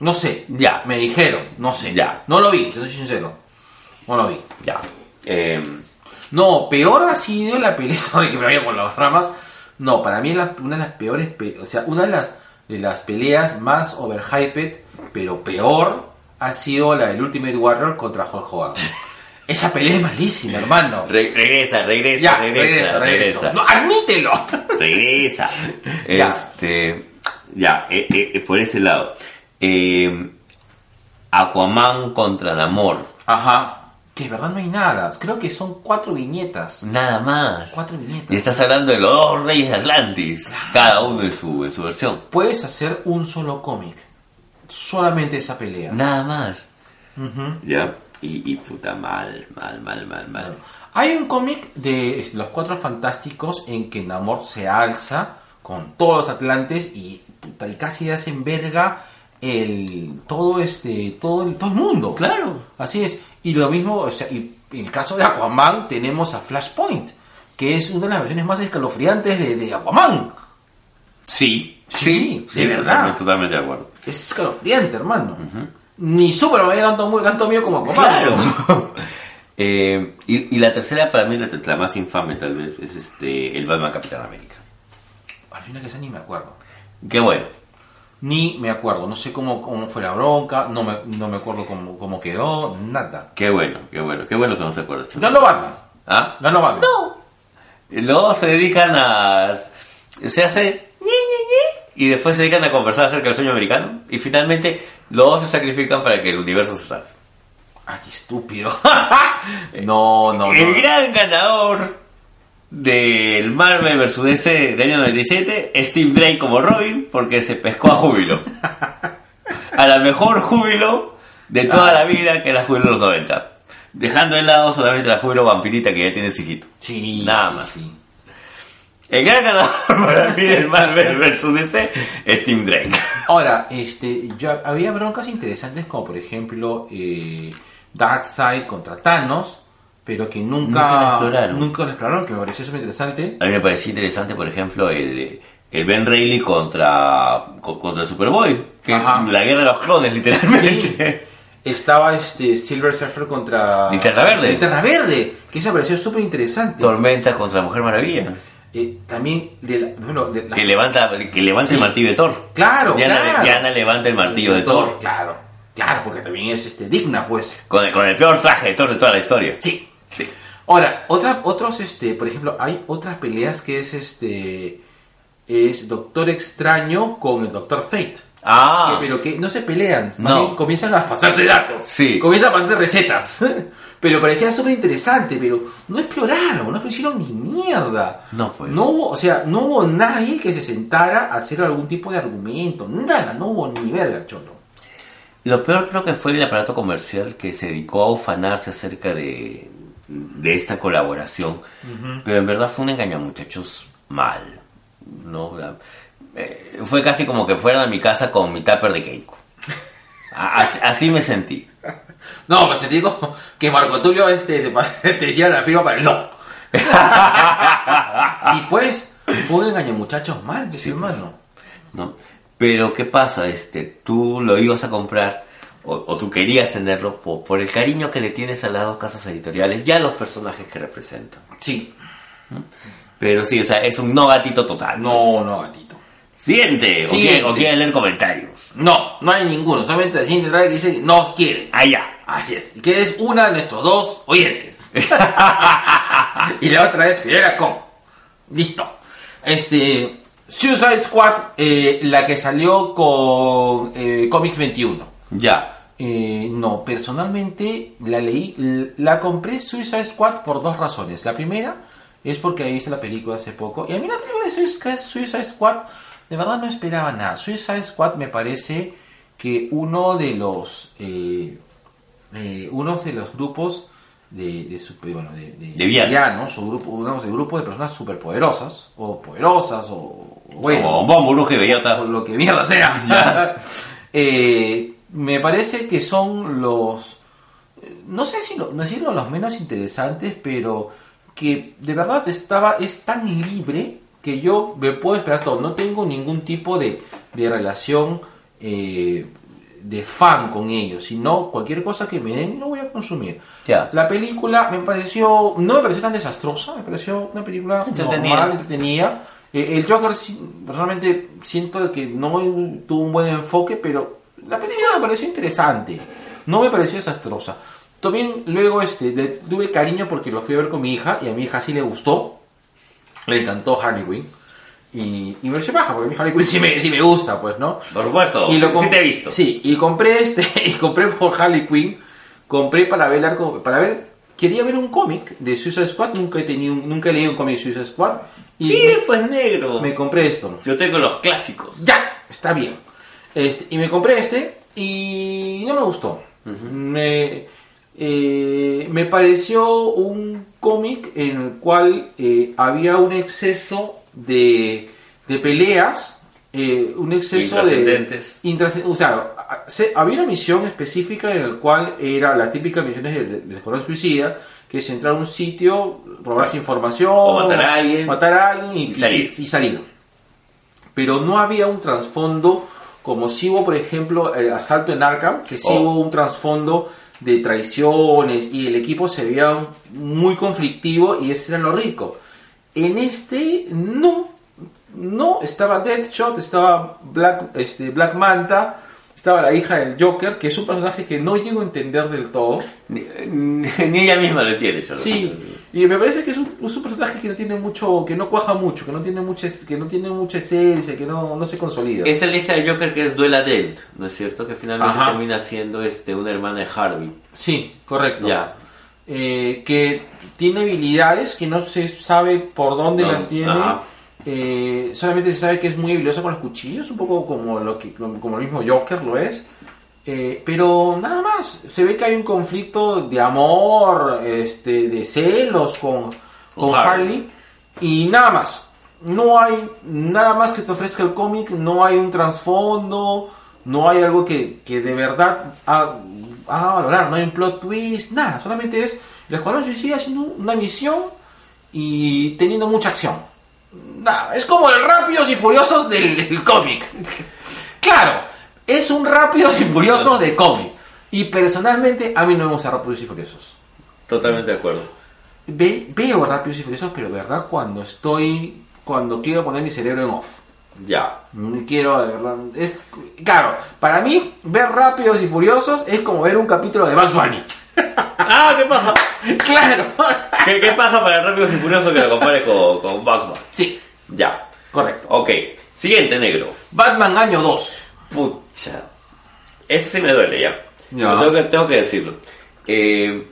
[SPEAKER 1] No sé.
[SPEAKER 2] Ya.
[SPEAKER 1] Me dijeron. No sé.
[SPEAKER 2] Ya.
[SPEAKER 1] No lo vi, te soy sincero. No lo vi.
[SPEAKER 2] Ya. Eh,
[SPEAKER 1] No, peor ha sido la pelea de que me vaya por las ramas. No, para mí la- una de las peores, pe- o sea, una de las, de las peleas más overhyped, pero peor ha sido la del Ultimate Warrior contra Hulk Hogan. Esa pelea es malísima, hermano.
[SPEAKER 2] re- regresa, regresa,
[SPEAKER 1] Ya,
[SPEAKER 2] regresa, regresa.
[SPEAKER 1] No, admítelo.
[SPEAKER 2] Regresa.
[SPEAKER 1] Ya.
[SPEAKER 2] Este. Ya, eh, eh, eh, por ese lado. Eh, Aquaman contra Namor.
[SPEAKER 1] Ajá. Que de verdad no hay nada. Creo que son cuatro viñetas.
[SPEAKER 2] Nada más.
[SPEAKER 1] Cuatro viñetas.
[SPEAKER 2] Y estás hablando de los dos reyes de Atlantis. Cada uno en su, en su versión.
[SPEAKER 1] Puedes hacer un solo cómic. Solamente esa pelea.
[SPEAKER 2] Nada más.
[SPEAKER 1] Ujú.
[SPEAKER 2] Ya. Y, y puta, mal, mal, mal, mal, mal.
[SPEAKER 1] Hay un cómic de es- Los Cuatro Fantásticos en que Namor se alza con todos los Atlantes y, puta, y casi hacen verga el, todo, este, todo, el, todo el mundo.
[SPEAKER 2] Claro.
[SPEAKER 1] Así es. Y lo mismo, o sea, y en el caso de Aquaman tenemos a Flashpoint, que es una de las versiones más escalofriantes de, de Aquaman.
[SPEAKER 2] Sí.
[SPEAKER 1] Sí, de verdad.
[SPEAKER 2] Totalmente, totalmente de acuerdo.
[SPEAKER 1] Es escalofriante, hermano. Ni Superman da tanto, mu- tanto miedo como Aquaman.
[SPEAKER 2] Eh, y, y la tercera, para mí, la, ter- la más infame, tal vez, es este el Batman Capitán América.
[SPEAKER 1] Al final que esa ni me acuerdo.
[SPEAKER 2] Qué bueno.
[SPEAKER 1] Ni me acuerdo, no sé cómo, cómo fue la bronca, no me, no me acuerdo cómo, cómo quedó, nada.
[SPEAKER 2] Qué bueno, qué bueno, qué bueno que no te acuerdas. chulo.
[SPEAKER 1] Ganó Batman,
[SPEAKER 2] ¿Ah?
[SPEAKER 1] ganó Batman.
[SPEAKER 2] No. Luego se dedican a... Se hace... ñe, ñe, ñe, Y después se dedican a conversar acerca del sueño americano. Y finalmente los dos se sacrifican para que el universo se salve.
[SPEAKER 1] Ah, qué estúpido. no, no, no.
[SPEAKER 2] El gran ganador del Marvel vs. DC del año 97 es Tim Drake como Robin porque se pescó a Júbilo. A la mejor Júbilo de toda la vida que la Júbilo de los 90. Dejando de lado solamente la Júbilo vampirita que ya tiene su hijito.
[SPEAKER 1] Sí,
[SPEAKER 2] Nada
[SPEAKER 1] sí,
[SPEAKER 2] más.
[SPEAKER 1] sí.
[SPEAKER 2] El gran ganador para mí del Marvel vs. DC es Tim Drake.
[SPEAKER 1] Ahora, este, yo, había broncas interesantes como por ejemplo eh, Darkseid contra Thanos, pero que nunca,
[SPEAKER 2] Nunca la exploraron.
[SPEAKER 1] Nunca la exploraron, que me pareció súper interesante.
[SPEAKER 2] A mí me pareció interesante, por ejemplo, el, el Ben Reilly contra, co- contra Superboy. Que
[SPEAKER 1] Ajá.
[SPEAKER 2] la guerra de los clones, literalmente.
[SPEAKER 1] Estaba este Silver Surfer contra
[SPEAKER 2] Linterna Verde.
[SPEAKER 1] Linterna Verde, que esa me pareció súper interesante.
[SPEAKER 2] Tormenta contra la Mujer Maravilla.
[SPEAKER 1] Eh, también de la, bueno, de la-
[SPEAKER 2] Que levanta, que levanta el martillo de Thor.
[SPEAKER 1] Claro,
[SPEAKER 2] Diana,
[SPEAKER 1] claro.
[SPEAKER 2] Diana levanta el martillo de Thor.
[SPEAKER 1] Claro, claro, porque también es este digna, pues.
[SPEAKER 2] Con el, con el peor traje de Thor de toda la historia.
[SPEAKER 1] Sí.
[SPEAKER 2] Sí.
[SPEAKER 1] Ahora, otra, otros, este, por ejemplo, hay otras peleas que es este. Es Doctor Extraño con el Doctor Fate.
[SPEAKER 2] Ah.
[SPEAKER 1] Que- Eh, pero que no se pelean, más
[SPEAKER 2] No.
[SPEAKER 1] bien comienzan a pasarse datos.
[SPEAKER 2] Sí.
[SPEAKER 1] Comienzan a pasarse recetas. Pero parecía súper interesante, pero no exploraron, no hicieron ni mierda.
[SPEAKER 2] No, pues.
[SPEAKER 1] No hubo, o sea, no hubo nadie que se sentara a hacer algún tipo de argumento. Nada, no hubo ni verga, cholo.
[SPEAKER 2] Lo peor creo que fue el aparato comercial que se dedicó a ufanarse acerca de, de esta colaboración. Pero en verdad fue un engaño, muchachos, mal. ¿no? La- eh, fue casi como que fueran a mi casa con mi tupper de Keiko. A- Así, así me sentí.
[SPEAKER 1] No, pues te digo que Marco Tulio este, te, pa- te decía la firma para el no. sí, pues, fue un engaño, muchachos, mal, pues, hermano.
[SPEAKER 2] ¿no? Pero ¿qué pasa? Este, tú lo ibas a comprar o, o tú querías tenerlo po- por, el cariño que le tienes a las dos casas editoriales y a los personajes que representan.
[SPEAKER 1] Sí,
[SPEAKER 2] Pero sí, o sea, es un no gatito total.
[SPEAKER 1] no, no, gatito.
[SPEAKER 2] Siguiente. O
[SPEAKER 1] Siguiente.
[SPEAKER 2] quieren, o quieren leer comentarios.
[SPEAKER 1] No, no hay ninguno, solamente la siguiente trae que dice no os quiere.
[SPEAKER 2] Allá.
[SPEAKER 1] Así es, y que es una de nuestros dos oyentes. y la otra es Fidel Acón. Listo. Este, Suicide Squad, eh, la que salió con eh, Comics 21.
[SPEAKER 2] Ya.
[SPEAKER 1] Eh, no, personalmente la leí, l- la compré Suicide Squad por dos razones. La primera es porque había visto la película hace poco y a mí la película de Suic- Suicide Squad De verdad no esperaba nada. Suicide Squad me parece que uno de los eh, eh, uno de los grupos de, de, super- bueno, de,
[SPEAKER 2] De villanos.
[SPEAKER 1] o grupo, digamos, de grupos de personas superpoderosas o poderosas o, o bueno
[SPEAKER 2] Como Bombón, que
[SPEAKER 1] o
[SPEAKER 2] bellota.
[SPEAKER 1] lo que mierda sea. Eh, me parece que son los. No sé si lo, no decirlo los menos interesantes, pero que de verdad estaba es tan libre que yo me puedo esperar todo. No tengo ningún tipo de, de relación eh, de fan con ellos, sino cualquier cosa que me den lo voy a consumir.
[SPEAKER 2] Ya.
[SPEAKER 1] La película me pareció, no me pareció tan desastrosa, me pareció una película
[SPEAKER 2] Entretenida.
[SPEAKER 1] normal, entretenida. Eh, el Joker, sí, personalmente, siento que no tuvo un buen enfoque, pero la película me pareció interesante. No me pareció desastrosa. También luego este, le tuve cariño porque lo fui a ver con mi hija y a mi hija sí le gustó. Le encantó Harley Quinn. Y, y me pareció baja, porque a mi Harley Quinn sí me, sí me gusta, pues, ¿no?
[SPEAKER 2] Por supuesto,
[SPEAKER 1] y lo
[SPEAKER 2] sí
[SPEAKER 1] com-
[SPEAKER 2] te he visto.
[SPEAKER 1] Sí, y compré este, y compré por Harley Quinn, compré para ver algo- para ver, quería ver un cómic de Suicide Squad, nunca he tenido, un- nunca he leído un cómic de Suicide Squad y
[SPEAKER 2] Mire, pues negro.
[SPEAKER 1] me, me compré esto.
[SPEAKER 2] Yo tengo los clásicos.
[SPEAKER 1] Ya, está bien. Este, y me compré este y no me gustó. me, eh, me pareció un cómic en el cual eh, había un exceso de, de peleas, eh, un exceso de...
[SPEAKER 2] Intrascendentes.
[SPEAKER 1] intrascendentes. O sea, a- se- había una misión específica en la cual era la típica misión del, del Escuadrón Suicida, que es entrar a un sitio, robarse información,
[SPEAKER 2] O matar a alguien.
[SPEAKER 1] matar a alguien y-
[SPEAKER 2] Y salir.
[SPEAKER 1] y- y salir pero no había un trasfondo como si hubo, por ejemplo, el asalto en Arkham, que sí
[SPEAKER 2] Oh.
[SPEAKER 1] hubo un trasfondo de traiciones y el equipo se veía muy conflictivo y ese era lo rico. En este no, no, estaba Deathshot, estaba Black, este, Black Manta, estaba la hija del Joker, que es un personaje que no llego a entender del todo.
[SPEAKER 2] Ni, ni ella misma lo entiende, cholo.
[SPEAKER 1] Sí, y me parece que es un, es un personaje que no tiene mucho, que no cuaja mucho, que no tiene mucha, es- que no tiene mucha esencia, que no, no se consolida.
[SPEAKER 2] Esta es la hija de Joker que es Duela Dent, ¿no es cierto? Que finalmente
[SPEAKER 1] Ajá.
[SPEAKER 2] termina siendo este, una hermana de Harvey.
[SPEAKER 1] Sí, correcto.
[SPEAKER 2] Ya.
[SPEAKER 1] Eh, que tiene habilidades que no se sabe por dónde
[SPEAKER 2] No,
[SPEAKER 1] las tiene.
[SPEAKER 2] ajá.
[SPEAKER 1] Eh, solamente se sabe que es muy habilidosa con los cuchillos, un poco como lo que como el mismo Joker lo es. Eh, pero nada más, se ve que hay un conflicto de amor, este, de celos con, con
[SPEAKER 2] Con Harley.
[SPEAKER 1] Harley y nada más. No hay nada más que te ofrezca el cómic, no hay un trasfondo, no hay algo que, que de verdad a, a valorar, no hay un plot twist, nada, solamente es el Escuadrón Suicida haciendo una misión y teniendo mucha acción. Nada, es como el Rápidos y Furiosos del, del cómic. Claro, es un Rápidos y Furiosos de cómic. Y personalmente a mí no me gusta Rápidos y Furiosos.
[SPEAKER 2] Totalmente de acuerdo.
[SPEAKER 1] Ve- veo Rápidos y Furiosos, pero verdad cuando estoy, cuando quiero poner mi cerebro en off.
[SPEAKER 2] Ya.
[SPEAKER 1] Mm, Quiero, de verdad, es claro, para mí ver Rápidos y Furiosos es como ver un capítulo de Bugs Bunny.
[SPEAKER 2] ¡Ah, qué paja!
[SPEAKER 1] Claro.
[SPEAKER 2] ¿Qué, qué paja para Rápidos y Furiosos que lo compare con, con Batman?
[SPEAKER 1] Sí,
[SPEAKER 2] Ya.
[SPEAKER 1] correcto.
[SPEAKER 2] Ok. Siguiente, negro.
[SPEAKER 1] Batman año 2.
[SPEAKER 2] Pucha. Ese sí me duele ya.
[SPEAKER 1] Ya.
[SPEAKER 2] Lo Tengo, que, tengo que decirlo. Eh,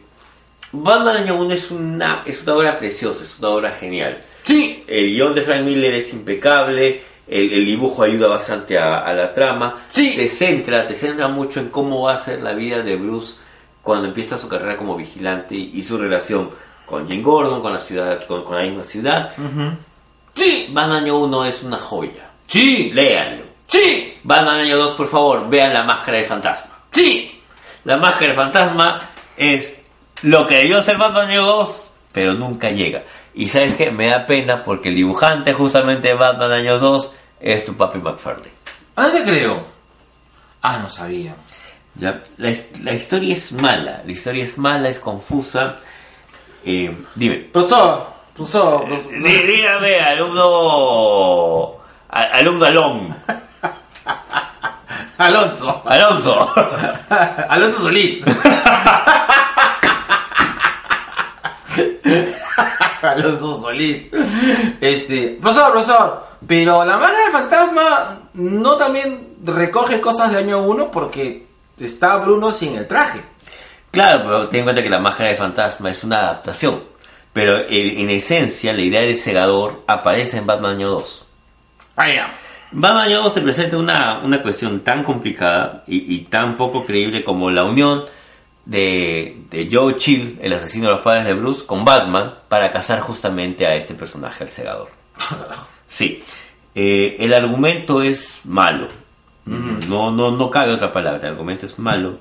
[SPEAKER 2] Batman Año 1 es una, es una obra preciosa, es una obra genial.
[SPEAKER 1] Sí,
[SPEAKER 2] El guión de Frank Miller es impecable, el, el dibujo ayuda bastante a, a la trama.
[SPEAKER 1] Sí.
[SPEAKER 2] Te centra, te centra mucho en cómo va a ser la vida de Bruce cuando empieza su carrera como vigilante y, y su relación con Jim Gordon, con la ciudad, con, con la misma ciudad.
[SPEAKER 1] sí,
[SPEAKER 2] Batman Año 1 es una joya.
[SPEAKER 1] sí,
[SPEAKER 2] Léanlo.
[SPEAKER 1] sí,
[SPEAKER 2] Batman Año 2, por favor, vean la máscara del fantasma.
[SPEAKER 1] sí.
[SPEAKER 2] La máscara del fantasma es lo que debió ser Batman Año 2, pero nunca llega. Y sabes que me da pena porque el dibujante justamente de Batman Año 2 es tu papi McFarlane.
[SPEAKER 1] Ah, no te creo. Ah, no sabía.
[SPEAKER 2] Ya, La, his- la historia es mala, la historia es mala, es confusa. Eh, dime,
[SPEAKER 1] Profesor, profesor,
[SPEAKER 2] Dí- dígame, alumno. a- alumno Alon,
[SPEAKER 1] Alonso.
[SPEAKER 2] Alonso.
[SPEAKER 1] Alonso Solís. Alonso Solís. Este, profesor, profesor, pero la máscara del fantasma no también recoge cosas de año 1 porque está Bruno sin el traje.
[SPEAKER 2] Claro, pero ten en cuenta que la máscara de fantasma es una adaptación. Pero eh, en esencia, la idea del segador aparece en Batman Año 2.
[SPEAKER 1] Ah, ya.
[SPEAKER 2] Batman y Ghost representa una, una cuestión tan complicada y, y tan poco creíble como la unión de, de Joe Chill, el asesino de los padres de Bruce, con Batman para cazar justamente a este personaje, al segador. Sí, eh, el argumento es malo. No, no, no cabe otra palabra, el argumento es malo.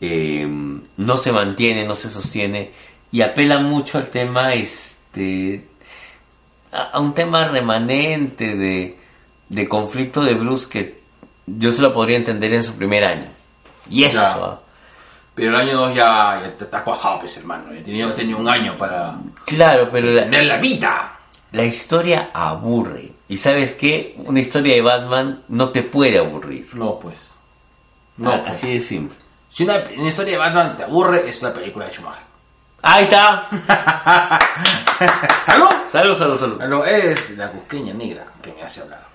[SPEAKER 2] Eh, no se mantiene, no se sostiene y apela mucho al tema este a, a un tema remanente de, de conflicto de Bruce que yo se lo podría entender en su primer año. Y eso.
[SPEAKER 1] Ya.
[SPEAKER 2] ah,
[SPEAKER 1] Pero el año 2 ya, ya te te has cuajado, pues hermano. Ya tenías que tener un año para
[SPEAKER 2] Claro, pero la,
[SPEAKER 1] tener la vida.
[SPEAKER 2] la historia aburre. Y sabes qué, una historia de Batman no te puede aburrir.
[SPEAKER 1] No, pues. No,
[SPEAKER 2] No,
[SPEAKER 1] pues.
[SPEAKER 2] así de simple.
[SPEAKER 1] Si una, una historia de Batman te aburre, es una película de Schumacher.
[SPEAKER 2] Ahí está.
[SPEAKER 1] ¡Salud!
[SPEAKER 2] Salud, salud, salud.
[SPEAKER 1] Salud, es la cusqueña negra que me hace hablar.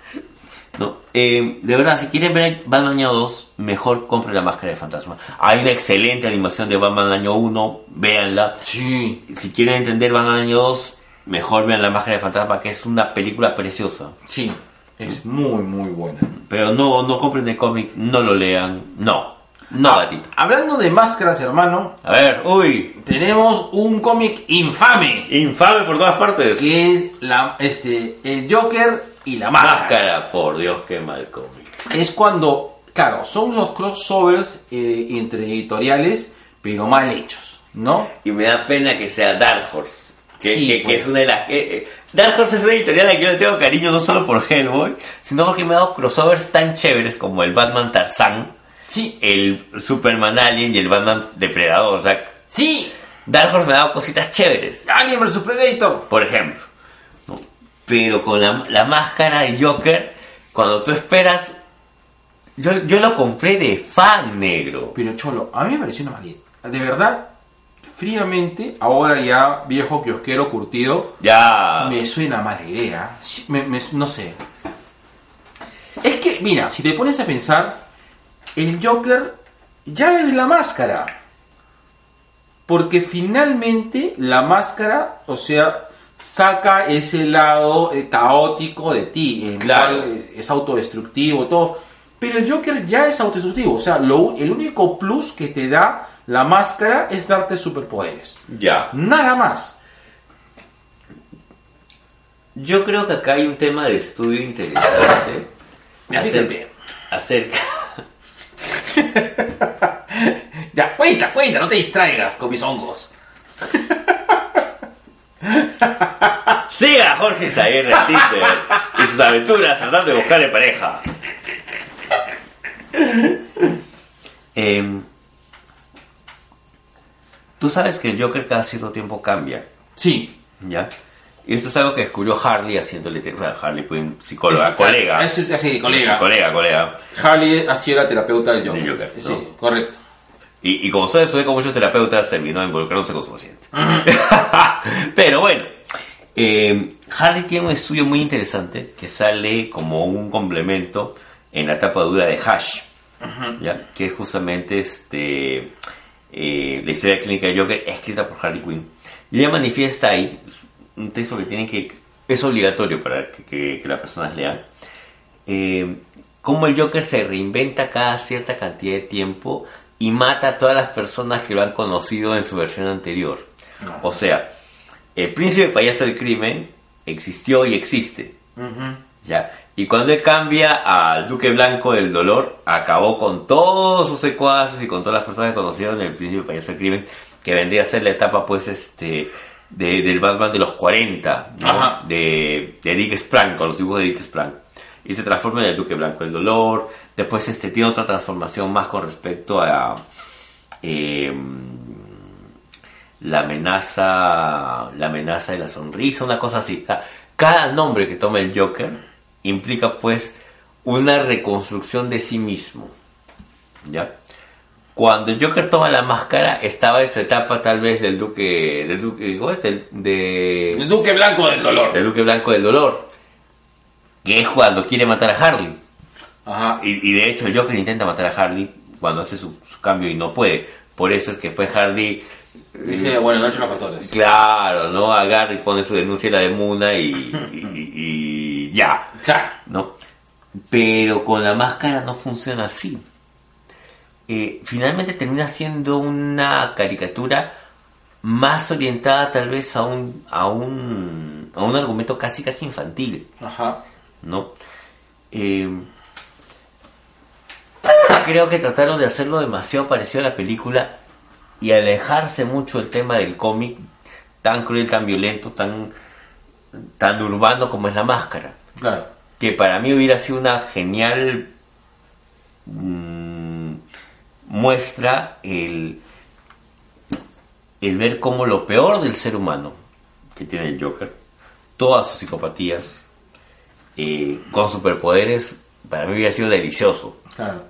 [SPEAKER 2] No, eh, de verdad, si quieren ver Batman Año 2, mejor compren la máscara de fantasma. Hay una excelente animación de Batman Año 1, véanla.
[SPEAKER 1] Sí,
[SPEAKER 2] Si quieren entender Batman Año 2, mejor vean la máscara de fantasma, que es una película preciosa.
[SPEAKER 1] sí. Es muy, muy buena.
[SPEAKER 2] Pero no, no compren el cómic, no lo lean, no. No, gatito.
[SPEAKER 1] Hablando de máscaras, hermano,
[SPEAKER 2] A ver, uy,
[SPEAKER 1] tenemos un cómic infame.
[SPEAKER 2] infame por todas partes.
[SPEAKER 1] Que es la, este, el Joker y la máscara.
[SPEAKER 2] Máscara, por Dios, qué mal cómic.
[SPEAKER 1] es cuando, claro, son los crossovers eh, entre editoriales, pero mal hechos, ¿no?
[SPEAKER 2] Y me da pena que sea Dark Horse. Que,
[SPEAKER 1] Sí,
[SPEAKER 2] que- que
[SPEAKER 1] pues.
[SPEAKER 2] es una de las. eh, eh, Dark Horse es una editorial a la que yo le tengo cariño no solo por Hellboy, sino porque me ha dado crossovers tan chéveres como el Batman Tarzán,
[SPEAKER 1] Sí,
[SPEAKER 2] el Superman Alien y el Batman Depredador. O sea,
[SPEAKER 1] sí,
[SPEAKER 2] Dark Horse me ha dado cositas chéveres,
[SPEAKER 1] Alien vs Predator.
[SPEAKER 2] por ejemplo. ¿no? Pero con la, la máscara de Joker, cuando tú esperas. Yo, yo lo compré de fan negro.
[SPEAKER 1] Pero Cholo, a mí me pareció una maldita. De verdad, fríamente, ahora ya viejo kiosquero curtido,
[SPEAKER 2] Ya.
[SPEAKER 1] me suena mala idea. Sí, me- me- no sé. Es que, mira, si te pones a pensar, el Joker ya es la máscara. Porque finalmente la máscara, o sea, saca ese lado eh, caótico de ti. el
[SPEAKER 2] Claro.
[SPEAKER 1] cual, eh, es autodestructivo, todo. Pero el Joker ya es autodestructivo. O sea, lo- el único plus que te da la máscara es darte superpoderes.
[SPEAKER 2] Ya.
[SPEAKER 1] Nada más.
[SPEAKER 2] Yo creo que acá hay un tema de estudio interesante.
[SPEAKER 1] Fíjate.
[SPEAKER 2] Acerca. acerca
[SPEAKER 1] Ya, cuenta, cuenta, no te distraigas con mis hongos.
[SPEAKER 2] siga a Jorge Sayer en Tinder y sus aventuras tratando de buscarle pareja. Em, Tú sabes que el Joker cada cierto tiempo cambia,
[SPEAKER 1] Sí.
[SPEAKER 2] ¿ya? Y esto es algo que descubrió Harley haciéndole... O sea, Harley fue un psicóloga, colega.
[SPEAKER 1] Es, es- sí, colega.
[SPEAKER 2] Colega, colega.
[SPEAKER 1] Harley así era terapeuta del Joker.
[SPEAKER 2] Del Joker,
[SPEAKER 1] sí,
[SPEAKER 2] ¿no?
[SPEAKER 1] correcto.
[SPEAKER 2] Y, y como sabes, soy con muchos terapeutas, terminó involucrándose con su paciente. Pero bueno, eh, Harley tiene un estudio muy interesante que sale como un complemento en la tapa dura de Hash, ¿ya? que es justamente este, eh, la historia clínica de Joker escrita por Harley Quinn. Y ella manifiesta ahí un texto que tiene que es obligatorio para que, que- que las personas lean eh, cómo el Joker se reinventa cada cierta cantidad de tiempo y mata a todas las personas que lo han conocido en su versión anterior. O sea, el príncipe payaso del crimen existió y existe. ¿ya? Y cuando él cambia al duque blanco del dolor, acabó con todos sus secuaces y con todas las personas que conocieron el príncipe payaso del crimen, que vendría a ser la etapa pues este de- del Batman de los 40, ¿no?
[SPEAKER 1] Ajá.
[SPEAKER 2] de, de Dick Sprang, con los dibujos de Dick Sprang. Y se transforma en el Duque Blanco del Dolor. Después este tiene otra transformación más con respecto a eh, la amenaza la amenaza de la sonrisa, una cosa así. O sea, Cada nombre que toma el Joker implica pues una reconstrucción de sí mismo. ¿Ya? Cuando el Joker toma la máscara, estaba esa etapa tal vez del Duque... Del duque ¿Cómo es? Del- de,
[SPEAKER 1] El Duque Blanco del Dolor.
[SPEAKER 2] el Duque Blanco del Dolor, que es cuando quiere matar a Harley.
[SPEAKER 1] Ajá.
[SPEAKER 2] Y, y de hecho el Joker intenta matar a Harley cuando hace su, su cambio y no puede. Por eso es que fue Harley,
[SPEAKER 1] Dice, bueno, noches los pastores.
[SPEAKER 2] claro, ¿no? Agarra y pone su denuncia en la de Muna y, y- y- y ya,
[SPEAKER 1] Claro.
[SPEAKER 2] ¿no? Pero con la máscara no funciona así. Eh, finalmente termina siendo una caricatura más orientada tal vez a un, a un, a un argumento casi casi infantil,
[SPEAKER 1] Ajá.
[SPEAKER 2] ¿no? Eh, creo que trataron de hacerlo demasiado parecido a la película y alejarse mucho del tema del cómic tan cruel, tan violento, tan, tan urbano como es la máscara
[SPEAKER 1] Claro.
[SPEAKER 2] que para mí hubiera sido una genial mm, muestra el, el ver cómo lo peor del ser humano que tiene el Joker, todas sus psicopatías, eh, con superpoderes, para mí hubiera sido delicioso.
[SPEAKER 1] Claro.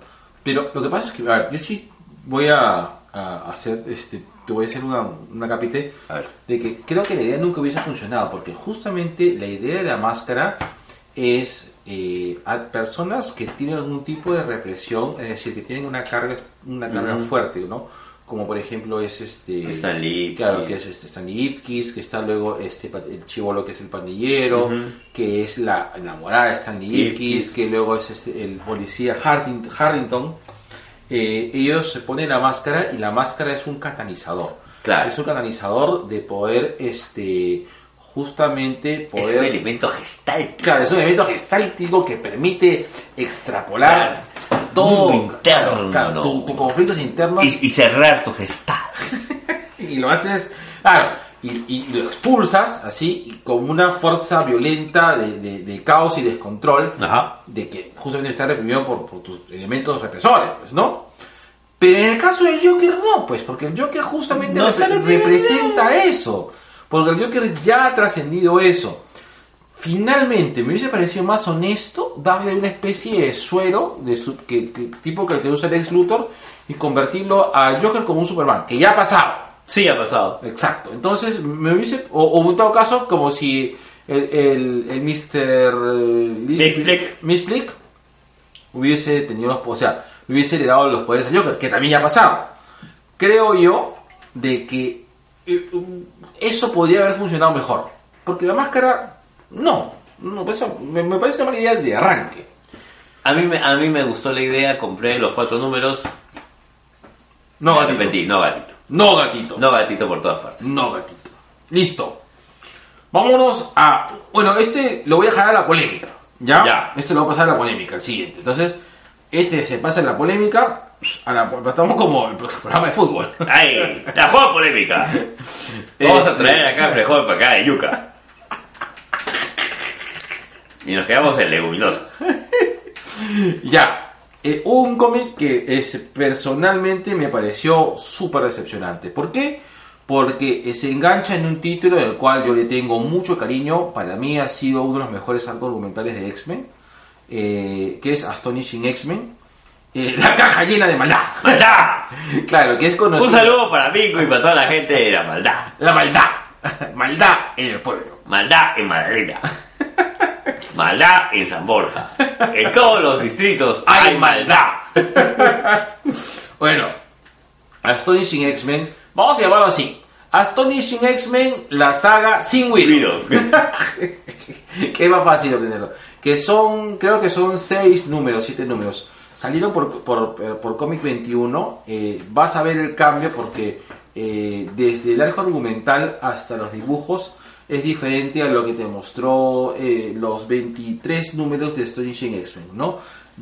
[SPEAKER 1] Pero lo que pasa es que, a ver, yo sí voy a, a hacer, este, te voy a hacer una, una capite
[SPEAKER 2] A ver.
[SPEAKER 1] de que creo que la idea nunca hubiese funcionado, porque justamente la idea de la máscara es eh, a personas que tienen algún tipo de represión, es decir, que tienen una carga, una carga fuerte, ¿no? Como por ejemplo es este...
[SPEAKER 2] Stan Lee,
[SPEAKER 1] Claro,
[SPEAKER 2] y-
[SPEAKER 1] que es este Stanley Ipkiss, que está luego este pa- el chivolo que es el pandillero, que es la enamorada de Stanley Ipkiss,
[SPEAKER 2] Ipkiss.
[SPEAKER 1] que luego es este, el policía Harding- Harrington. Eh, ellos se ponen la máscara y la máscara es un catalizador.
[SPEAKER 2] Claro.
[SPEAKER 1] Es un catalizador de poder, este, justamente poder.
[SPEAKER 2] Es un elemento gestal.
[SPEAKER 1] Claro, es un evento gestáltico que permite extrapolar todo
[SPEAKER 2] Mundo interno,
[SPEAKER 1] claro,
[SPEAKER 2] ¿no?
[SPEAKER 1] tu- tu conflictos internos
[SPEAKER 2] Y, y cerrar tu gestal.
[SPEAKER 1] y lo haces, claro, y, y lo expulsas así, y con una fuerza violenta de, de- de caos y descontrol,
[SPEAKER 2] Ajá.
[SPEAKER 1] de que justamente está reprimido por, por tus elementos represores, pues, ¿no? Pero en el caso del Joker no, pues, porque el Joker justamente
[SPEAKER 2] No
[SPEAKER 1] repre-
[SPEAKER 2] sale bien.
[SPEAKER 1] representa eso, porque el Joker ya ha trascendido eso. Finalmente, me hubiese parecido más honesto darle una especie de suero de su- que, que- tipo que el que usa el ex Luthor y convertirlo al Joker como un Superman, que ya ha pasado.
[SPEAKER 2] Sí, ha pasado.
[SPEAKER 1] Exacto. Entonces, me hubiese. O, o en todo caso, como si el, el, el Mr.
[SPEAKER 2] Miss Blick.
[SPEAKER 1] Miss Blick hubiese tenido los. po- O sea, hubiese le dado los poderes a Joker, que también ya ha pasado. Creo yo de que eh, um, eso podría haber funcionado mejor. Porque la máscara. No. no eso me, me parece una mala idea de arranque.
[SPEAKER 2] A mí, me, a mí me gustó la idea, compré los cuatro números.
[SPEAKER 1] No,
[SPEAKER 2] me
[SPEAKER 1] gatito.
[SPEAKER 2] arrepentí, no gatito.
[SPEAKER 1] No, gatito.
[SPEAKER 2] No gatito por todas partes.
[SPEAKER 1] No, gatito. Listo. Vámonos a. Bueno, este lo voy a dejar a la polémica. ¿Ya?
[SPEAKER 2] Ya.
[SPEAKER 1] Este lo voy a pasar a la polémica, el siguiente. Entonces, este se pasa a la polémica. pues, A la, estamos como el programa de fútbol.
[SPEAKER 2] ¡Ay! ¡La jugada polémica! Vamos a
[SPEAKER 1] Este-
[SPEAKER 2] traer acá frijol para acá de yuca. Y nos quedamos en leguminosas.
[SPEAKER 1] Ya. Eh, un cómic que es, personalmente me pareció súper decepcionante. ¿Por qué? Porque eh, se engancha en un título del cual yo le tengo mucho cariño. Para mí ha sido uno de los mejores arcos documentales de X-Men. eh, que es Astonishing X-Men. Eh, la caja llena de maldad.
[SPEAKER 2] ¡Maldad!
[SPEAKER 1] claro, que es conocido.
[SPEAKER 2] Un saludo para Mingo y para toda la gente de la maldad.
[SPEAKER 1] La maldad. maldad en el pueblo.
[SPEAKER 2] Maldad en Madrid. Maldad en San Borja. En todos los distritos hay maldad.
[SPEAKER 1] Bueno, Astonishing X-Men. Vamos a llamarlo así. Astonishing X-Men, la saga sin Will.
[SPEAKER 2] Cuido.
[SPEAKER 1] que es más fácil obtenerlo. Que son, creo que son seis números, siete números. Salieron por, por, eh, por Comic 21. eh, vas a ver el cambio porque eh, desde el arco argumental hasta los dibujos es diferente a lo que te mostró eh, los 23 números de Astonishing X-Men, ¿no?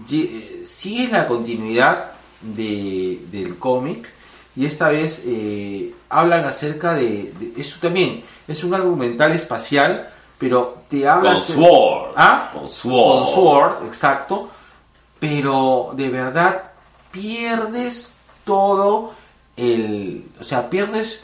[SPEAKER 1] Ye- eh, Sigue la continuidad de- del cómic y esta vez eh, hablan acerca de, de- eso también es un argumental espacial pero te habla
[SPEAKER 2] Con
[SPEAKER 1] acer-
[SPEAKER 2] Sword.
[SPEAKER 1] ¿Ah?
[SPEAKER 2] Con Sword.
[SPEAKER 1] Con Sword, exacto pero de verdad pierdes todo el o sea pierdes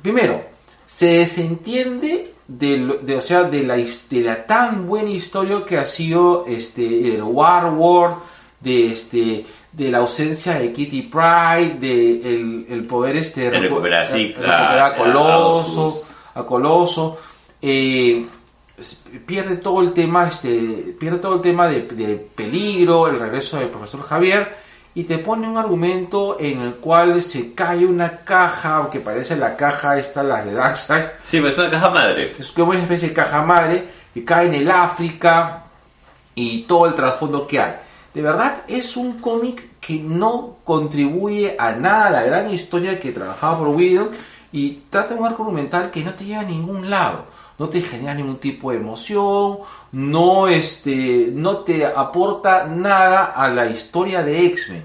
[SPEAKER 1] primero se desentiende de, lo- de, o sea, de, la, his- de la tan buena historia que ha sido este, el War World, de, este, de la ausencia de Kitty Pride, de el, el poder este,
[SPEAKER 2] De
[SPEAKER 1] recu-
[SPEAKER 2] recuperar, sí,
[SPEAKER 1] eh, recuperar a
[SPEAKER 2] claro,
[SPEAKER 1] Coloso, a Coloso, eh, s- pierde todo el tema, este, pierde todo el tema de, de peligro, el regreso del profesor Javier, y te pone un argumento en el cual se cae una caja, aunque parece la caja esta, la de Darkseid,
[SPEAKER 2] Sí, me suena caja madre.
[SPEAKER 1] es como una especie de caja madre que cae en el África y todo el trasfondo que hay. De verdad, es un cómic que no contribuye a nada a la gran historia que trabajaba por Whedon y trata un arco argumental que no te lleva a ningún lado, no te genera ningún tipo de emoción, no, este, no te aporta nada a la historia de X-Men.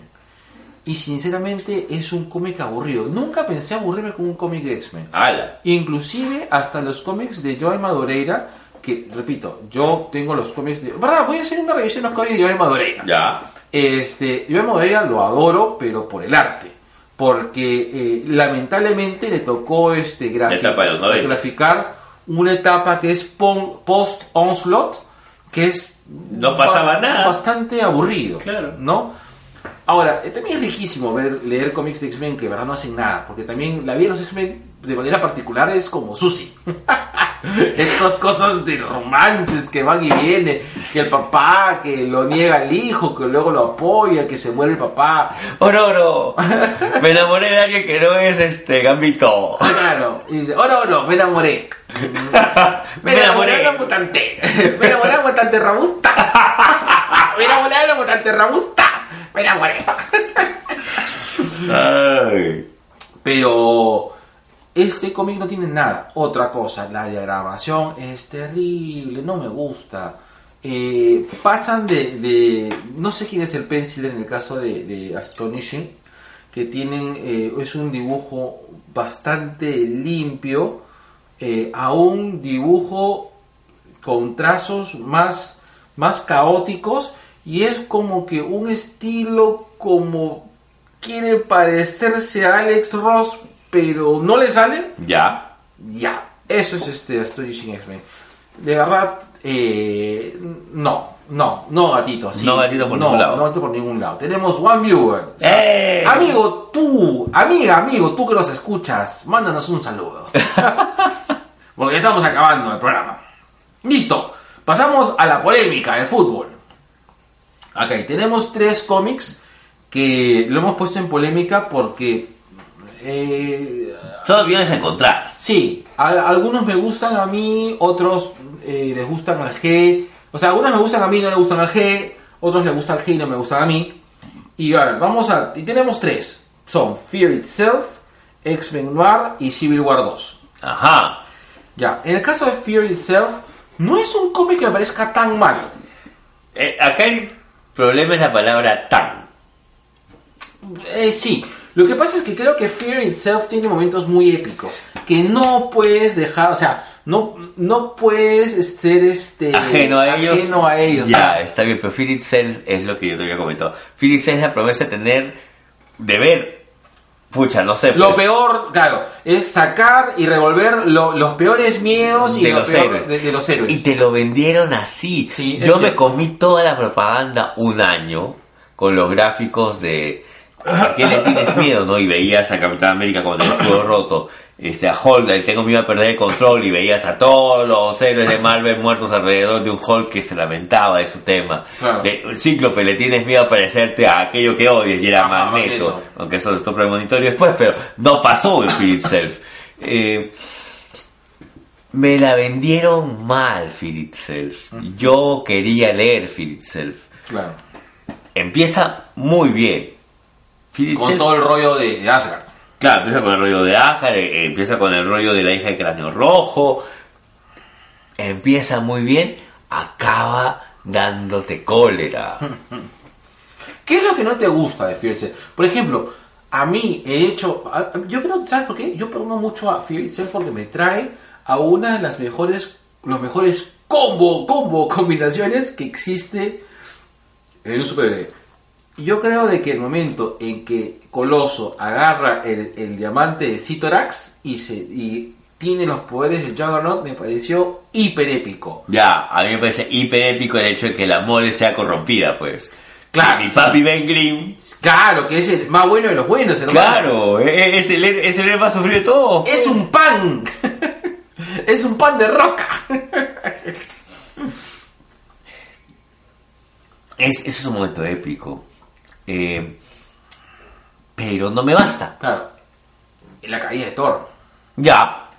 [SPEAKER 1] Y sinceramente es un cómic aburrido. Nunca pensé aburrirme con un cómic de X-Men.
[SPEAKER 2] ¡Hala!
[SPEAKER 1] Inclusive hasta los cómics de Joey Madureira, que repito, yo tengo los cómics de... ¿Verdad? Voy a hacer una revisión de los cómics de Joey Madureira.
[SPEAKER 2] Ya.
[SPEAKER 1] Este, yo a Moreira lo adoro, pero por el arte. Porque eh, lamentablemente le tocó este grafi-
[SPEAKER 2] La etapa de los 90.
[SPEAKER 1] graficar una etapa que es pon- post-onslaught, que es
[SPEAKER 2] No pasaba
[SPEAKER 1] bas-
[SPEAKER 2] nada.
[SPEAKER 1] bastante aburrido.
[SPEAKER 2] Claro.
[SPEAKER 1] ¿No? Ahora, eh, también es riquísimo ver, leer cómics de X-Men que de verdad no hacen nada, porque también la vida de los X-Men de manera particular es como sushi. Estas cosas de romances que van y vienen, que el papá que lo niega al hijo, que luego lo apoya, que se muere el papá.
[SPEAKER 2] ¡Ororo! Me enamoré de alguien que no es este gambito.
[SPEAKER 1] Claro, y dice, oh no, no, me enamoré. Me, enamoré de la mutante. Me enamoré de la mutante robusta. Me enamoré de la mutante robusta. Me enamoré.
[SPEAKER 2] Ay.
[SPEAKER 1] Pero este cómic no tiene nada. Otra cosa, la diagramación es terrible, no me gusta. Eh, pasan de, de- No sé quién es el pencil en el caso de, de Astonishing, que tienen. eh, es un dibujo bastante limpio eh, a un dibujo con trazos más, más caóticos y es como que un estilo como quiere parecerse a Alex Ross, pero no le sale.
[SPEAKER 2] Ya.
[SPEAKER 1] Ya, eso es este Astonishing X-Men. De verdad, eh, no, no, no gatito. así.
[SPEAKER 2] No gatito por
[SPEAKER 1] No,
[SPEAKER 2] ningún lado.
[SPEAKER 1] No gatito por ningún lado. Tenemos One Viewer.
[SPEAKER 2] ¡Eh!
[SPEAKER 1] Amigo, tú, amiga, amigo, tú que nos escuchas, mándanos un saludo. Porque ya estamos acabando el programa. Listo, pasamos a la polémica del fútbol. Ok, tenemos tres cómics que lo hemos puesto en polémica porque... eh,
[SPEAKER 2] Todos vienes a encontrar.
[SPEAKER 1] sí, a- algunos me gustan a mí, otros eh, les gustan al G. O sea, algunos me gustan a mí y no le gustan al G, otros le gustan al G y no me gustan a mí. Y a ver, vamos a... Y tenemos tres. Son Fear Itself, X-Men Noir y Civil War 2.
[SPEAKER 2] Ajá.
[SPEAKER 1] Ya, en el caso de Fear Itself, no es un cómic que me parezca tan malo.
[SPEAKER 2] Eh, acá el problema es la palabra tan.
[SPEAKER 1] Eh, sí, lo que pasa es que creo que Fear Itself tiene momentos muy épicos, que no puedes dejar, o sea, no, no puedes ser este,
[SPEAKER 2] Ajeno a ellos.
[SPEAKER 1] ajeno a ellos,
[SPEAKER 2] Ya,
[SPEAKER 1] o sea,
[SPEAKER 2] está bien, pero Philip Cell es lo que yo te había comentado. Philip Cell es la promesa de tener, de ver. Pucha, no sé.
[SPEAKER 1] Lo
[SPEAKER 2] pues,
[SPEAKER 1] peor, claro, es sacar y revolver lo- los peores miedos y
[SPEAKER 2] de
[SPEAKER 1] lo
[SPEAKER 2] los
[SPEAKER 1] peor
[SPEAKER 2] héroes.
[SPEAKER 1] De, de los héroes.
[SPEAKER 2] Y te lo vendieron así.
[SPEAKER 1] Sí, es
[SPEAKER 2] Yo me
[SPEAKER 1] cierto.
[SPEAKER 2] comí toda la propaganda un año con los gráficos de ¿a qué le tienes miedo? ¿no? Y veías a Capitán América con el escudo roto, este, a Hulk, y tengo miedo a perder el control, y veías a todos los héroes de Marvel muertos alrededor de un Hulk que se lamentaba de su tema.
[SPEAKER 1] Claro.
[SPEAKER 2] De- el cíclope, le tienes miedo a parecerte a aquello que odias, y era
[SPEAKER 1] Ajá,
[SPEAKER 2] Magneto,
[SPEAKER 1] Magneto.
[SPEAKER 2] Ah, aunque eso lo estoy premonitorio después, pero no pasó en Philip Self. Eh, me la vendieron mal, Philip Self. Yo quería leer Philip Self.
[SPEAKER 1] Claro,
[SPEAKER 2] Empieza muy bien. Philip
[SPEAKER 1] con
[SPEAKER 2] Self-
[SPEAKER 1] todo el rollo de, de Asgard.
[SPEAKER 2] Claro, empieza con el rollo de Ajar, eh, empieza con el rollo de la hija de cráneo rojo. Empieza muy bien, acaba dándote cólera.
[SPEAKER 1] ¿Qué es lo que no te gusta de Fear Itself? Por ejemplo, a mí he hecho. a- Yo creo, ¿sabes por qué? Yo perdono mucho a Fear Itself porque me trae a una de las mejores. Los mejores combo, combo, combinaciones que existe en un superhéroe. Yo creo de que el momento en que Coloso agarra el, el diamante de Citorax y, se, y tiene los poderes de Juggernaut me pareció hiper épico.
[SPEAKER 2] Ya, a mí me parece hiper épico el hecho de que la mole sea corrompida, pues.
[SPEAKER 1] Claro,
[SPEAKER 2] Y mi
[SPEAKER 1] sí.
[SPEAKER 2] papi Ben Grimm.
[SPEAKER 1] Claro, que es el más bueno de los buenos, hermano.
[SPEAKER 2] Claro, e- es el, héroe- es el héroe más sufrido de todo.
[SPEAKER 1] Es un pan. es un pan de roca.
[SPEAKER 2] Es, ese es un momento épico. Eh, pero no me basta.
[SPEAKER 1] Claro. Y la caída de Thor.
[SPEAKER 2] Ya.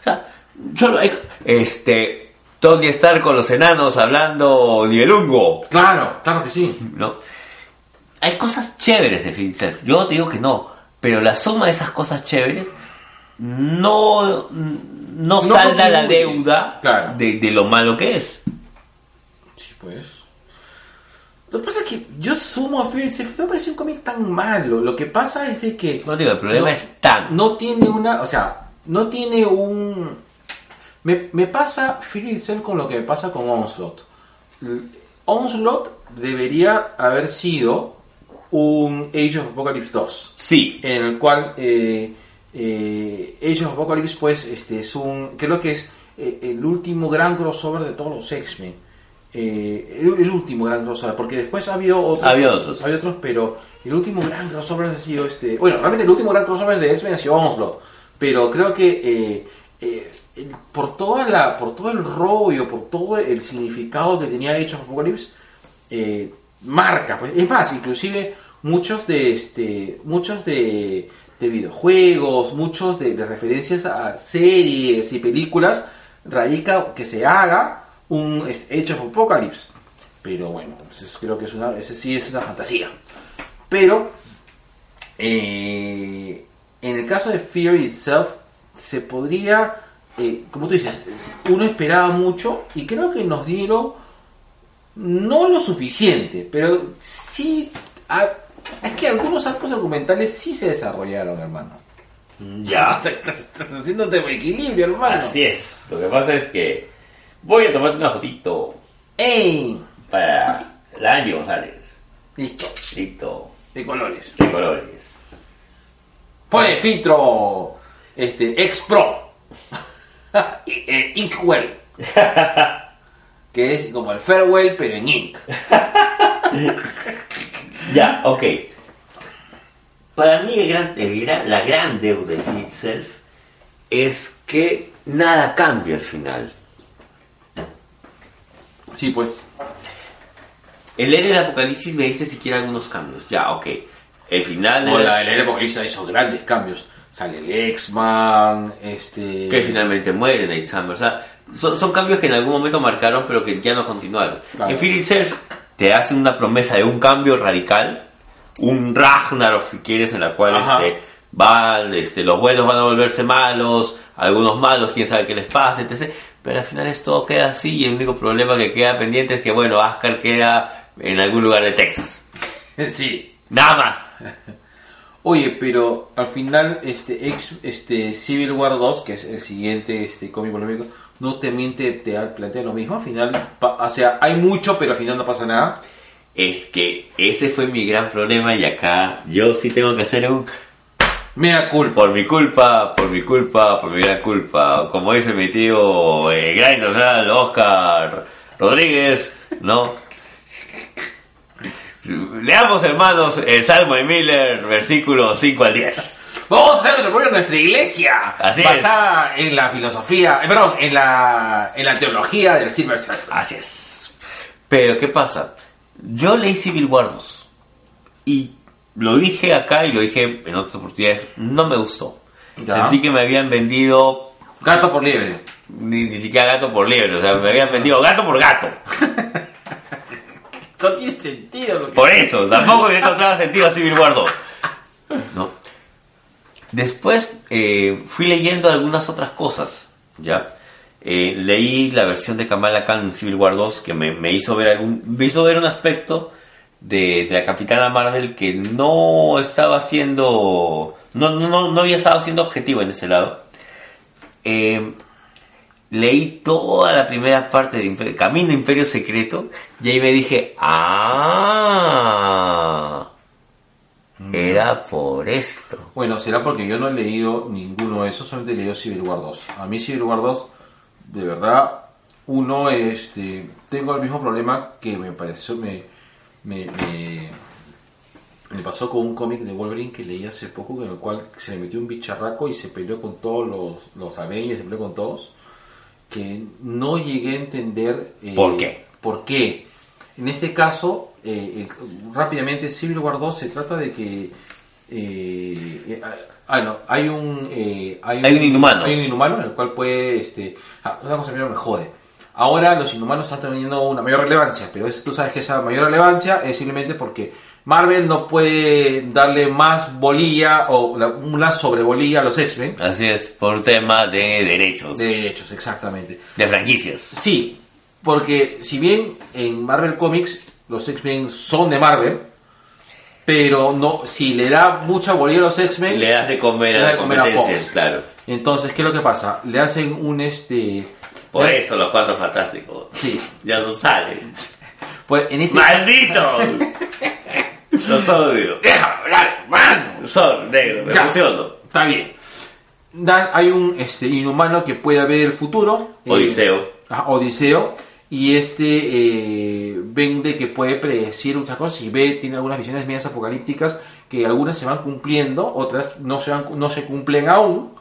[SPEAKER 2] O sea, yo lo- este. Tony Stark con los enanos hablando nivelungo,
[SPEAKER 1] Claro, claro que sí.
[SPEAKER 2] ¿no? Hay cosas chéveres de Philip Self. Yo no te digo que no, pero la suma de esas cosas chéveres no, no salda la
[SPEAKER 1] contribuye.
[SPEAKER 2] deuda
[SPEAKER 1] Claro.
[SPEAKER 2] de, de lo malo que es.
[SPEAKER 1] Sí, pues. Lo que pasa es que yo sumo a Fear Itself, no me parece un cómic tan malo. Lo que pasa es de que.
[SPEAKER 2] No digo, el problema
[SPEAKER 1] no-
[SPEAKER 2] es tan.
[SPEAKER 1] No tiene una. O sea, no tiene un. Me, me pasa Fear Itself con lo que me pasa con Onslaught. L- Onslaught debería haber sido un Age of Apocalypse 2
[SPEAKER 2] Sí,
[SPEAKER 1] en el cual eh, eh, Age of Apocalypse pues este es un creo que es eh, el último gran crossover de todos los X-Men Eh, el, el último gran crossover porque después había otros
[SPEAKER 2] Había otros.
[SPEAKER 1] había otros pero el último gran crossover ha sido este bueno realmente el último gran crossover de X-Men ha sido Onslaught pero creo que eh, eh, el- por toda la por todo el rollo por todo el significado que tenía Age of Apocalypse eh, marca. Pues. Es más, inclusive muchos de este, muchos de, de videojuegos, muchos de, de referencias a series y películas radica que se haga un este, Age of Apocalypse. Pero bueno, pues eso creo que es una, ese sí es una fantasía. Pero eh, en el caso de Fear Itself, se podría, eh, como tú dices, uno esperaba mucho y creo que nos dieron no lo suficiente, pero sí. a- es que algunos arcos argumentales sí se desarrollaron, hermano.
[SPEAKER 2] ya.
[SPEAKER 1] Estás, estás haciéndote un equilibrio, hermano.
[SPEAKER 2] Así es. Lo que pasa es que voy a tomarte una fotito
[SPEAKER 1] ¡Ey!
[SPEAKER 2] para la Angie González.
[SPEAKER 1] Listo.
[SPEAKER 2] Listo.
[SPEAKER 1] De colores.
[SPEAKER 2] De colores.
[SPEAKER 1] Pone filtro. Este. Ex Pro. I- eh, Inkwell. que es como el farewell, pero en ink.
[SPEAKER 2] Ya, ok. Para mí el gran, el gran- la gran deuda de Infinite Self es que nada cambia al final.
[SPEAKER 1] Sí, pues.
[SPEAKER 2] El héroe del apocalipsis me dice siquiera algunos cambios. Ya, ok. El final de la-
[SPEAKER 1] Hola, el héroe apocalipsis hizo grandes cambios. Sale el X-Man. Este.
[SPEAKER 2] que finalmente muere Nate Summers. O sea, son, son cambios que en algún momento marcaron, pero que ya no continuaron.
[SPEAKER 1] Claro.
[SPEAKER 2] En Philip Self te hacen una promesa de un cambio radical, un Ragnarok, si quieres, en la cual
[SPEAKER 1] Ajá.
[SPEAKER 2] este, van, este, los buenos van a volverse malos, algunos malos, quién sabe qué les pasa, etc. Pero al final esto queda así y el único problema que queda pendiente es que, bueno, Ascar queda en algún lugar de Texas.
[SPEAKER 1] sí.
[SPEAKER 2] Nada más.
[SPEAKER 1] Oye, pero al final este ex este Civil War 2, que es el siguiente este cómic polémico, no te miente, te plantea lo mismo, al final, pa- o sea, hay mucho, pero al final no pasa nada.
[SPEAKER 2] Es que ese fue mi gran problema y acá yo sí tengo que hacer un...
[SPEAKER 1] Mea culpa.
[SPEAKER 2] Por mi culpa, por mi culpa, por mi gran culpa. Como dice mi tío, eh, gran internacional Oscar Rodríguez, ¿no? Leamos, hermanos, el Salmo de Miller, versículos 5 al 10.
[SPEAKER 1] Vamos a hacer nuestro propio en nuestra iglesia,
[SPEAKER 2] Así es.
[SPEAKER 1] basada en la filosofía, eh, perdón, en la en la teología del Silver Surfer.
[SPEAKER 2] Así es. Pero, ¿qué pasa? Yo leí Civil War 2 y lo dije acá y lo dije en otras oportunidades, no me gustó.
[SPEAKER 1] Ya.
[SPEAKER 2] Sentí que me habían vendido
[SPEAKER 1] Gato por liebre.
[SPEAKER 2] ni, ni siquiera gato por liebre, o sea, me habían vendido gato por gato.
[SPEAKER 1] No tiene sentido lo que
[SPEAKER 2] Por eso, tampoco le encontraba sentido a Civil War 2. ¿no? Después eh, fui leyendo algunas otras cosas, ¿ya? Eh, leí la versión de Kamala Khan en Civil War 2 que me, me hizo ver algún me hizo ver un aspecto de, de la Capitana Marvel que no estaba siendo no, no- no, no había estado siendo objetivo en ese lado Eh, leí toda la primera parte de Imperio- Camino a Imperio Secreto y ahí me dije, ah, era por esto.
[SPEAKER 1] Bueno, será porque yo no he leído ninguno de esos, solamente he leído Civil War 2. A mí Civil War 2, de verdad, uno, este, tengo el mismo problema que me pareció, me, me, me, me pasó con un cómic de Wolverine que leí hace poco, en el cual se le metió un bicharraco y se peleó con todos los, los Avengers, se peleó con todos, que no llegué a entender... eh,
[SPEAKER 2] ¿Por qué?
[SPEAKER 1] ¿Por qué? En este caso, eh, el- rápidamente, Civil War 2 se trata de que... eh, eh, ah, no, hay un... eh,
[SPEAKER 2] Hay un inhumano.
[SPEAKER 1] Hay un inhumano, en el cual puede... Este, ah, una cosa primero me jode. Ahora los inhumanos están teniendo una mayor relevancia, pero es- tú sabes que esa mayor relevancia es simplemente porque Marvel no puede darle más bolilla o la- una sobrebolilla a los X-Men
[SPEAKER 2] Así es, por tema de derechos,
[SPEAKER 1] de
[SPEAKER 2] de,
[SPEAKER 1] derechos, exactamente.
[SPEAKER 2] franquicias.
[SPEAKER 1] Sí, porque si bien en Marvel Comics los X-Men son de Marvel, pero no si le da mucha bolilla a los X-Men,
[SPEAKER 2] Le das de comer
[SPEAKER 1] Le
[SPEAKER 2] a
[SPEAKER 1] das
[SPEAKER 2] las
[SPEAKER 1] de comer a
[SPEAKER 2] competencias,
[SPEAKER 1] Fox.
[SPEAKER 2] claro.
[SPEAKER 1] entonces ¿qué es lo que pasa? Le hacen un este
[SPEAKER 2] Por
[SPEAKER 1] le-
[SPEAKER 2] eso los cuatro fantásticos
[SPEAKER 1] Sí,
[SPEAKER 2] ya no salen.
[SPEAKER 1] pues en este
[SPEAKER 2] ¡Malditos! los odio.
[SPEAKER 1] ¡Deja hablar, hermano!
[SPEAKER 2] Son negros, me
[SPEAKER 1] Ya.
[SPEAKER 2] emociono.
[SPEAKER 1] Está bien. Da- hay un este, inhumano que puede ver el futuro. eh,
[SPEAKER 2] Odiseo.
[SPEAKER 1] ah, Odiseo. Y este eh, vende que puede predecir muchas cosas. Y ve, tiene algunas visiones medias apocalípticas que algunas se van cumpliendo, otras no se, van- no se cumplen aún.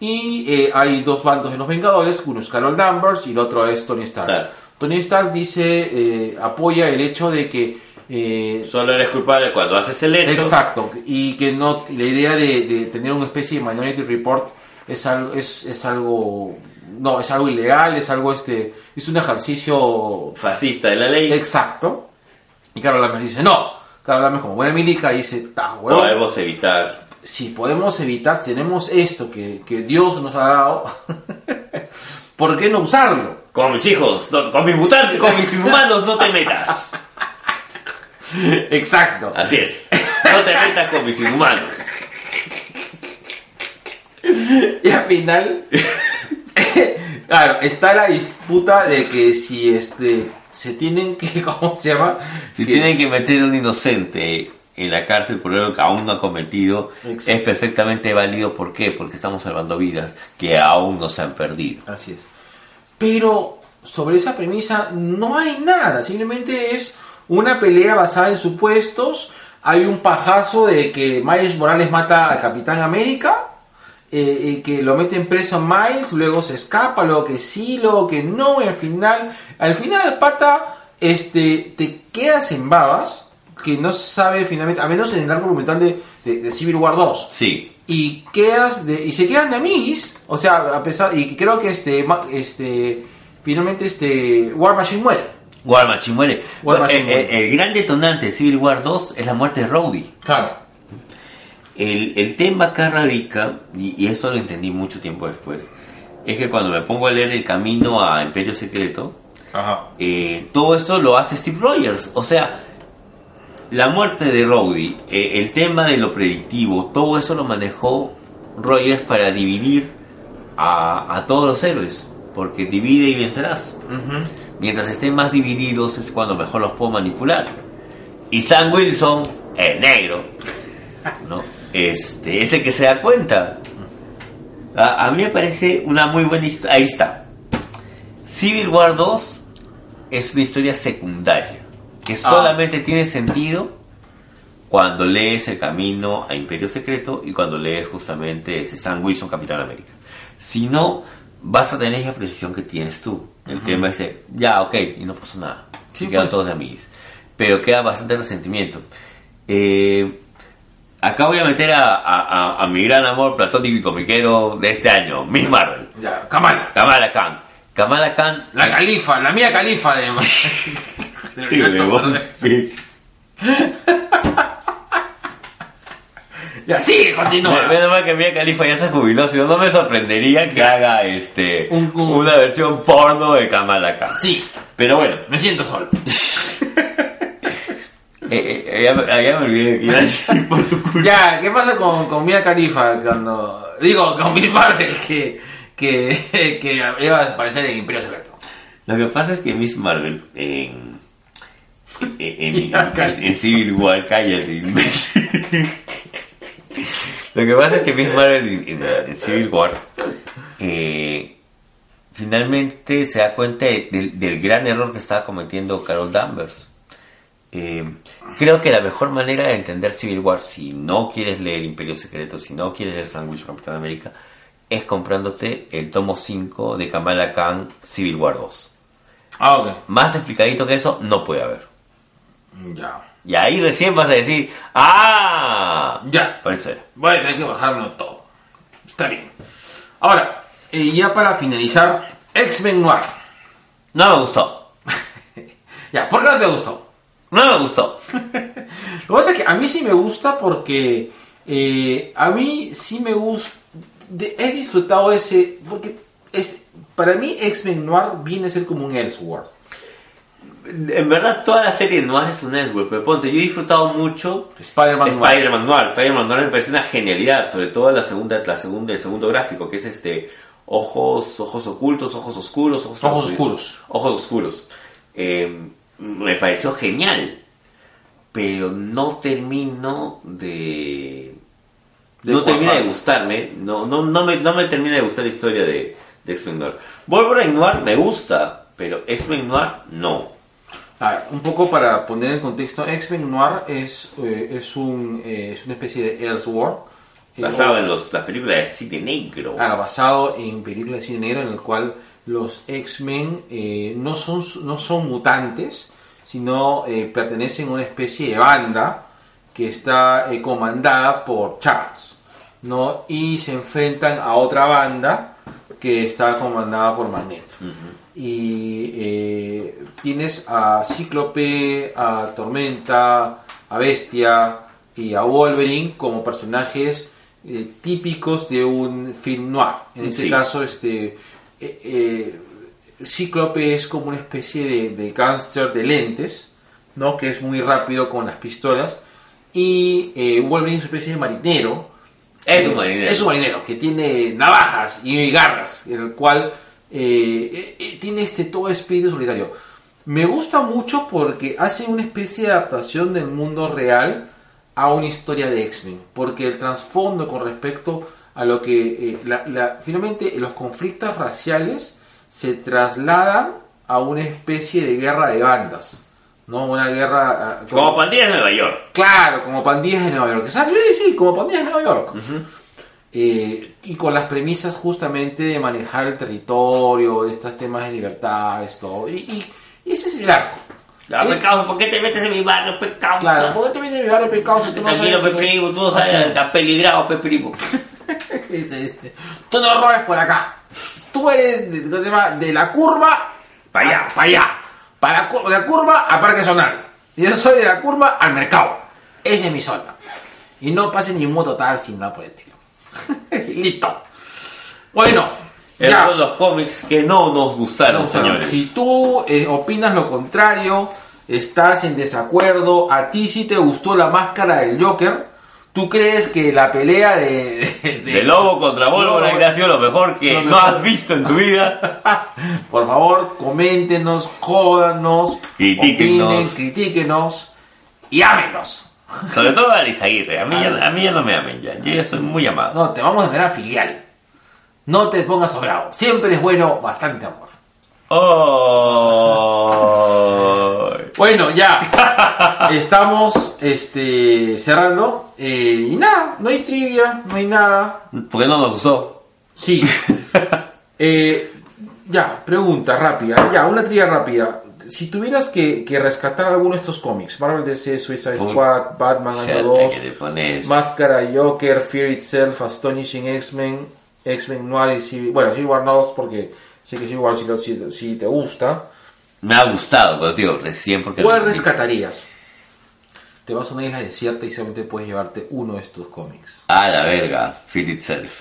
[SPEAKER 1] Y eh, hay dos bandos de los Vengadores, uno es Carol Danvers y el otro es Tony Stark.
[SPEAKER 2] Claro.
[SPEAKER 1] Tony Stark dice, eh, apoya el hecho de que eh,
[SPEAKER 2] Solo eres culpable cuando haces el hecho.
[SPEAKER 1] Exacto, y que no la idea de, de tener una especie de minority report es algo es, es algo no, es algo ilegal, es algo este es un ejercicio
[SPEAKER 2] Fascista de la ley.
[SPEAKER 1] exacto. Y Carol Lames dice, "No." Carol Lames como buena milica dice, "Ta, huevón,
[SPEAKER 2] Podemos evitar.
[SPEAKER 1] si podemos evitar tenemos esto que, que Dios nos ha dado, ¿por qué no usarlo?"
[SPEAKER 2] Con mis hijos, no- con mis mutantes, con mis humanos, no te metas.
[SPEAKER 1] Exacto.
[SPEAKER 2] Así es. No te metas con mis inhumanos.
[SPEAKER 1] Y al final, claro, está la disputa de que si este se tienen que, ¿cómo se llama?
[SPEAKER 2] Si
[SPEAKER 1] Que-
[SPEAKER 2] tienen que meter a un inocente en la cárcel por algo que aún no ha cometido,
[SPEAKER 1] Exacto.
[SPEAKER 2] es perfectamente válido. ¿Por qué? Porque estamos salvando vidas que aún no se han perdido.
[SPEAKER 1] Así es. Pero sobre esa premisa no hay nada, simplemente es una pelea basada en supuestos. Hay un pajazo de que Miles Morales mata al Capitán América, eh, y que lo meten preso a Miles, luego se escapa, luego que sí, luego que no, y al final, al final, pata, este, te quedas en babas, que no se sabe finalmente, a menos en el arco documental de, de- de Civil War 2
[SPEAKER 2] Sí,
[SPEAKER 1] y quedas de y se quedan de amigos o sea a pesar y creo que este ma- este finalmente este War Machine muere
[SPEAKER 2] War Machine muere.
[SPEAKER 1] War
[SPEAKER 2] Bueno,
[SPEAKER 1] Machine
[SPEAKER 2] el, el-
[SPEAKER 1] muere.
[SPEAKER 2] el gran detonante de Civil War 2 es la muerte de Rhodey.
[SPEAKER 1] claro
[SPEAKER 2] El, el tema acá radica, y, y eso lo entendí mucho tiempo después, es que cuando me pongo a leer El Camino a Imperio Secreto,
[SPEAKER 1] ajá
[SPEAKER 2] eh, todo esto lo hace Steve Rogers. O sea, la muerte de Rowdy, eh, el tema de lo predictivo, todo eso lo manejó Rogers para dividir a, a todos los héroes. Porque divide y vencerás. Mientras estén más divididos es cuando mejor los puedo manipular. Y Sam Wilson, el negro, ¿no? Este, es el que se da cuenta. A, a mí me parece una muy buena historia. Ahí está. Civil War 2 es una historia secundaria que solamente tiene sentido cuando lees El Camino a Imperio Secreto y cuando lees justamente ese Sam Wilson, Capitán América. Si no, vas a tener esa precisión que tienes tú. El tema es, de, ya, ok, y no pasó nada.
[SPEAKER 1] Sí,
[SPEAKER 2] Se quedan
[SPEAKER 1] pues.
[SPEAKER 2] todos de amigos. Pero queda bastante resentimiento. Eh, acá voy a meter a, a- a- a mi gran amor platónico y comiquero de este año, Miss Marvel.
[SPEAKER 1] ya Kamala
[SPEAKER 2] Kamala Khan. Kamala Khan
[SPEAKER 1] la califa la mía califa de del
[SPEAKER 2] Tío,
[SPEAKER 1] universo,
[SPEAKER 2] huevón.
[SPEAKER 1] ¿verdad? ya sigue continúa
[SPEAKER 2] Me- Menos mal que Mia Califa ya se jubiló, si no, no me sorprendería que haga este
[SPEAKER 1] Un- un-
[SPEAKER 2] una versión porno de Kamala Khan.
[SPEAKER 1] sí
[SPEAKER 2] Pero bueno,
[SPEAKER 1] me siento solo
[SPEAKER 2] eh, eh, ya, me- ya me olvidé que iba a decir por tu culpa.
[SPEAKER 1] ya qué pasa con con Mia califa cuando digo con Bill Marvel que que que iba a aparecer en Imperio Secreto
[SPEAKER 2] Lo que pasa es que Miss Marvel en, en, en-
[SPEAKER 1] Ya, cállate.
[SPEAKER 2] en Civil War, cállate, imbécil. Lo que pasa es que Miss Marvel en, en- en Civil War eh, finalmente se da cuenta de- del, del gran error que estaba cometiendo Carol Danvers. Eh, creo que la mejor manera de entender Civil War, si no quieres leer Imperio Secreto, si no quieres leer Sandwich Capitán América, es comprándote el tomo 5 de Kamala Khan Civil War 2.
[SPEAKER 1] ah ok
[SPEAKER 2] Más explicadito que eso no puede haber.
[SPEAKER 1] ya
[SPEAKER 2] Y ahí recién vas a decir, ¡ah!
[SPEAKER 1] Ya.
[SPEAKER 2] Por eso era.
[SPEAKER 1] Voy a tener que bajármelo todo. Está bien. Ahora, eh, ya para finalizar, X-Men Noir.
[SPEAKER 2] No me gustó.
[SPEAKER 1] Ya, ¿por qué no te gustó?
[SPEAKER 2] No me gustó.
[SPEAKER 1] Lo que pasa es que a mí sí me gusta porque eh, a mí sí me gusta. He disfrutado ese. Porque es para mí X-Men Noir viene a ser como un Elseworld.
[SPEAKER 2] En verdad, toda la serie Noir es un network, pero ponte, yo he disfrutado mucho
[SPEAKER 1] Spider-Man Noir.
[SPEAKER 2] Spider-Man Noir. Spider-Man Noir me parece una genialidad, sobre todo la segunda, la segunda, el segundo gráfico, que es este ojos, ojos ocultos, ojos oscuros, ojos,
[SPEAKER 1] Ojos oscuros.
[SPEAKER 2] Ojos oscuros. Eh, me pareció genial, pero no termino de.
[SPEAKER 1] De
[SPEAKER 2] no termina de
[SPEAKER 1] cuajar.
[SPEAKER 2] gustarme, no, no, no, me, no me termina de gustar la historia de, de X-Men Noir. Wolverine Noir me gusta, pero X-Men Noir no.
[SPEAKER 1] A ver, un poco para poner en contexto, X-Men Noir es, eh, es, un, eh, es una especie de Elseworld. eh,
[SPEAKER 2] Basado en los, las películas de cine negro.
[SPEAKER 1] Ah, basado en películas de cine negro en el cual los X-Men eh, no, son, no son mutantes, sino eh, pertenecen a una especie de banda que está eh, comandada por Charles, ¿no? Y se enfrentan a otra banda que está comandada por Magneto. Y eh, tienes a Cíclope, a Tormenta, a Bestia y a Wolverine como personajes eh, típicos de un film noir. En este
[SPEAKER 2] Sí.
[SPEAKER 1] caso, este eh, eh, Cíclope es como una especie de, de gángster de lentes, ¿no? Que es muy rápido con las pistolas. Y eh, Wolverine es una especie de marinero.
[SPEAKER 2] Es un
[SPEAKER 1] Eh,
[SPEAKER 2] marinero.
[SPEAKER 1] Es un marinero que tiene navajas y garras, en el cual eh, eh, eh, tiene este todo espíritu solitario. Me gusta mucho porque hace una especie de adaptación del mundo real a una historia de X-Men, porque el trasfondo con respecto a lo que eh, la- la- finalmente los conflictos raciales se trasladan a una especie de guerra de bandas, ¿no? Una guerra ah,
[SPEAKER 2] Como pandillas de Nueva York.
[SPEAKER 1] Claro, como pandillas de Nueva York. Exacto, sí, sí, como pandillas de Nueva York. Eh, y con las premisas justamente de manejar el territorio, de estos temas de libertad, esto. Y, y- y ese es el arco.
[SPEAKER 2] Ah,
[SPEAKER 1] Es-
[SPEAKER 2] pecado, ¿por qué te metes en mi barrio, pecado?
[SPEAKER 1] Claro, ¿por qué te vienes a llevar el pecado si tú no
[SPEAKER 2] Tranquilo,
[SPEAKER 1] sabes
[SPEAKER 2] pe
[SPEAKER 1] que-
[SPEAKER 2] primo, tú no
[SPEAKER 1] Ah,
[SPEAKER 2] sabes,
[SPEAKER 1] sí.
[SPEAKER 2] está peligrado, pe primo.
[SPEAKER 1] Este, este, Tú no robes por acá. Tú eres de, ¿cómo se llama? de la curva
[SPEAKER 2] Pa' allá.
[SPEAKER 1] para allá. Para cu- la curva al Parque Zonal. Y yo soy de la curva al mercado. Esa es mi zona. Y no pase ni un mototaxi ni nada por el estilo. Listo. Bueno,
[SPEAKER 2] Es
[SPEAKER 1] ya.
[SPEAKER 2] uno de los cómics que no nos gustaron,
[SPEAKER 1] No, o sea,
[SPEAKER 2] señores.
[SPEAKER 1] Si tú eh, opinas lo contrario, estás en desacuerdo, a ti sí te gustó la máscara del Joker, tú crees que la pelea de- de- de-
[SPEAKER 2] De Lobo contra Wolverine
[SPEAKER 1] Wolverine.
[SPEAKER 2] ha sido lo mejor que
[SPEAKER 1] Lo
[SPEAKER 2] no
[SPEAKER 1] mejor.
[SPEAKER 2] has visto en tu vida.
[SPEAKER 1] Por favor, coméntenos, jódanos,
[SPEAKER 2] Critíquenos.
[SPEAKER 1] opinen, critíquenos y ámenos.
[SPEAKER 2] Sobre todo a Lizaguirre. A mí,
[SPEAKER 1] Ah,
[SPEAKER 2] ya, a mí ya no me amen ya. Yo ya soy muy amado.
[SPEAKER 1] No, te vamos a tener a filial. No te pongas sobrado. Siempre es bueno bastante amor.
[SPEAKER 2] Oh.
[SPEAKER 1] Bueno, ya. Estamos este, cerrando. eh, y nada, no hay trivia, no hay nada.
[SPEAKER 2] ¿Por qué no nos gustó?
[SPEAKER 1] Sí. Eh, ya, pregunta rápida. Ya, una trivia rápida. Si tuvieras que, que rescatar alguno de estos cómics, Marvel DC, Suicide
[SPEAKER 2] Uy,
[SPEAKER 1] Squad, Batman Año
[SPEAKER 2] Gente
[SPEAKER 1] 2,
[SPEAKER 2] que le pones.
[SPEAKER 1] Máscara, Joker, Fear Itself, Astonishing X-Men, X-Men Noir y Civil... Bueno, Civil War no, porque sé que Civil War sí, lo- sí- sí te gusta.
[SPEAKER 2] Me ha gustado, pero tío, recién porque.
[SPEAKER 1] ¿Cuál rescatarías? Te vas a una isla desierta y solamente puedes llevarte uno de estos cómics.
[SPEAKER 2] Ah, la verga. Feed itself.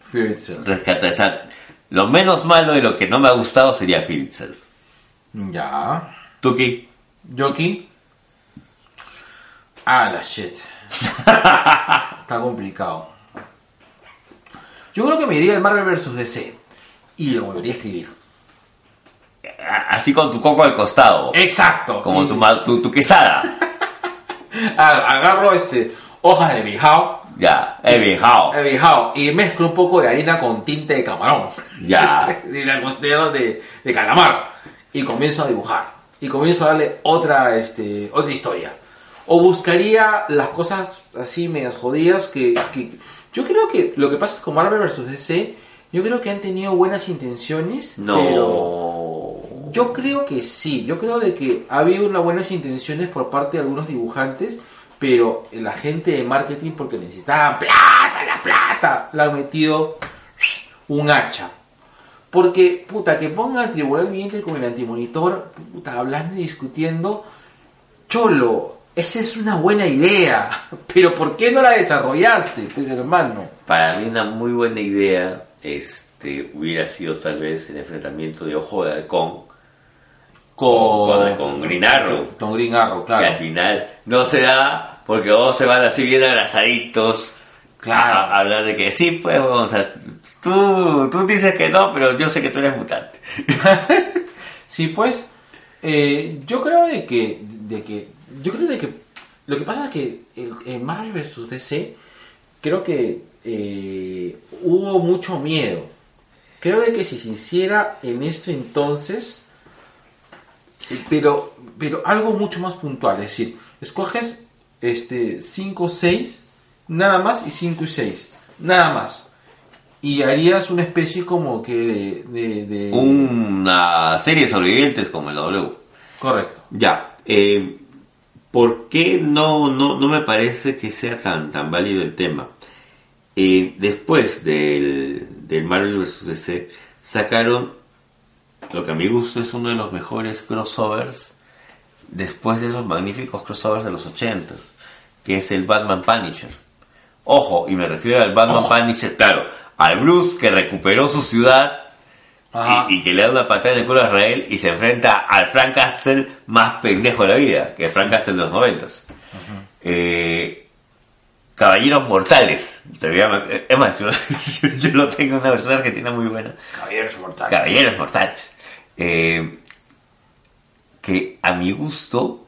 [SPEAKER 1] Fear Itself.
[SPEAKER 2] Rescata. O sea, lo menos malo y lo que no me ha gustado sería Feed itself.
[SPEAKER 1] Ya.
[SPEAKER 2] Tuki.
[SPEAKER 1] Jockey. Ah, la shit. Está complicado. Yo creo que me iría el Marvel vs. DC. Y lo volvería a escribir.
[SPEAKER 2] a- Así con tu coco al costado.
[SPEAKER 1] Eh, Exacto.
[SPEAKER 2] Como
[SPEAKER 1] Y-
[SPEAKER 2] tu, ma- tu, tu quesada.
[SPEAKER 1] Ah, agarro este hojas de bijao,
[SPEAKER 2] Ya, eh, he viajado.
[SPEAKER 1] de bijao, y mezclo un poco de harina con tinte de camarón.
[SPEAKER 2] Ya.
[SPEAKER 1] y la considero de, de calamar. Y comienzo a dibujar. Y comienzo a darle otra, este, otra historia. O buscaría las cosas así medias jodidas que, que- Yo creo que lo que pasa con Marvel vs. DC, yo creo que han tenido buenas intenciones, pero...
[SPEAKER 2] No.
[SPEAKER 1] Yo creo que sí, yo creo de que ha habido unas buenas intenciones por parte de algunos dibujantes, pero la gente de marketing, porque necesitaban plata, la plata, la han metido un hacha. Porque, puta, que pongan al tribunal viviente con el antimonitor, puta, hablando y discutiendo. Cholo, esa es una buena idea. Pero ¿por qué no la desarrollaste, pues hermano?
[SPEAKER 2] Para mí una muy buena idea este, hubiera sido tal vez el enfrentamiento de Ojo de Halcón con, con Green Arrow,
[SPEAKER 1] Con Green Arrow,
[SPEAKER 2] que al
[SPEAKER 1] claro.
[SPEAKER 2] final no se da porque todos se van así bien abrazaditos
[SPEAKER 1] Claro.
[SPEAKER 2] a, a hablar de que sí, pues, o sea, tú, tú dices que no, pero yo sé que tú eres mutante.
[SPEAKER 1] Sí, pues, eh, yo creo de que, de que, yo creo de que, lo que pasa es que el, en Marvel vs. DC, creo que eh, hubo mucho miedo. Creo de que si se hiciera en esto entonces, pero, pero algo mucho más puntual, es decir, escoges este 5 6, nada más, y 5 y 6, nada más. Y harías una especie como que de... de- de-
[SPEAKER 2] Una serie de sobrevivientes como el W.
[SPEAKER 1] Correcto.
[SPEAKER 2] Ya, eh, ¿por qué no, no, no me parece que sea tan, tan válido el tema? Eh, después del, del Marvel vs. DC, sacaron lo que a mi gusto es uno de los mejores crossovers después de esos magníficos crossovers de los 80 que es el Batman Punisher. Ojo, y me refiero al Batman Punisher, claro, al Bruce que recuperó su ciudad
[SPEAKER 1] Ajá.
[SPEAKER 2] y, y que le da una patada en el culo a Israel y se enfrenta al Frank Castle más pendejo de la vida, que el Frank Castle de los noventas. Eh, Caballeros Mortales. Te voy a ma- eh, Es más, yo, yo, yo lo tengo en una versión argentina muy buena.
[SPEAKER 1] Caballeros mortales.
[SPEAKER 2] Caballeros Mortales. Eh, que a mi gusto,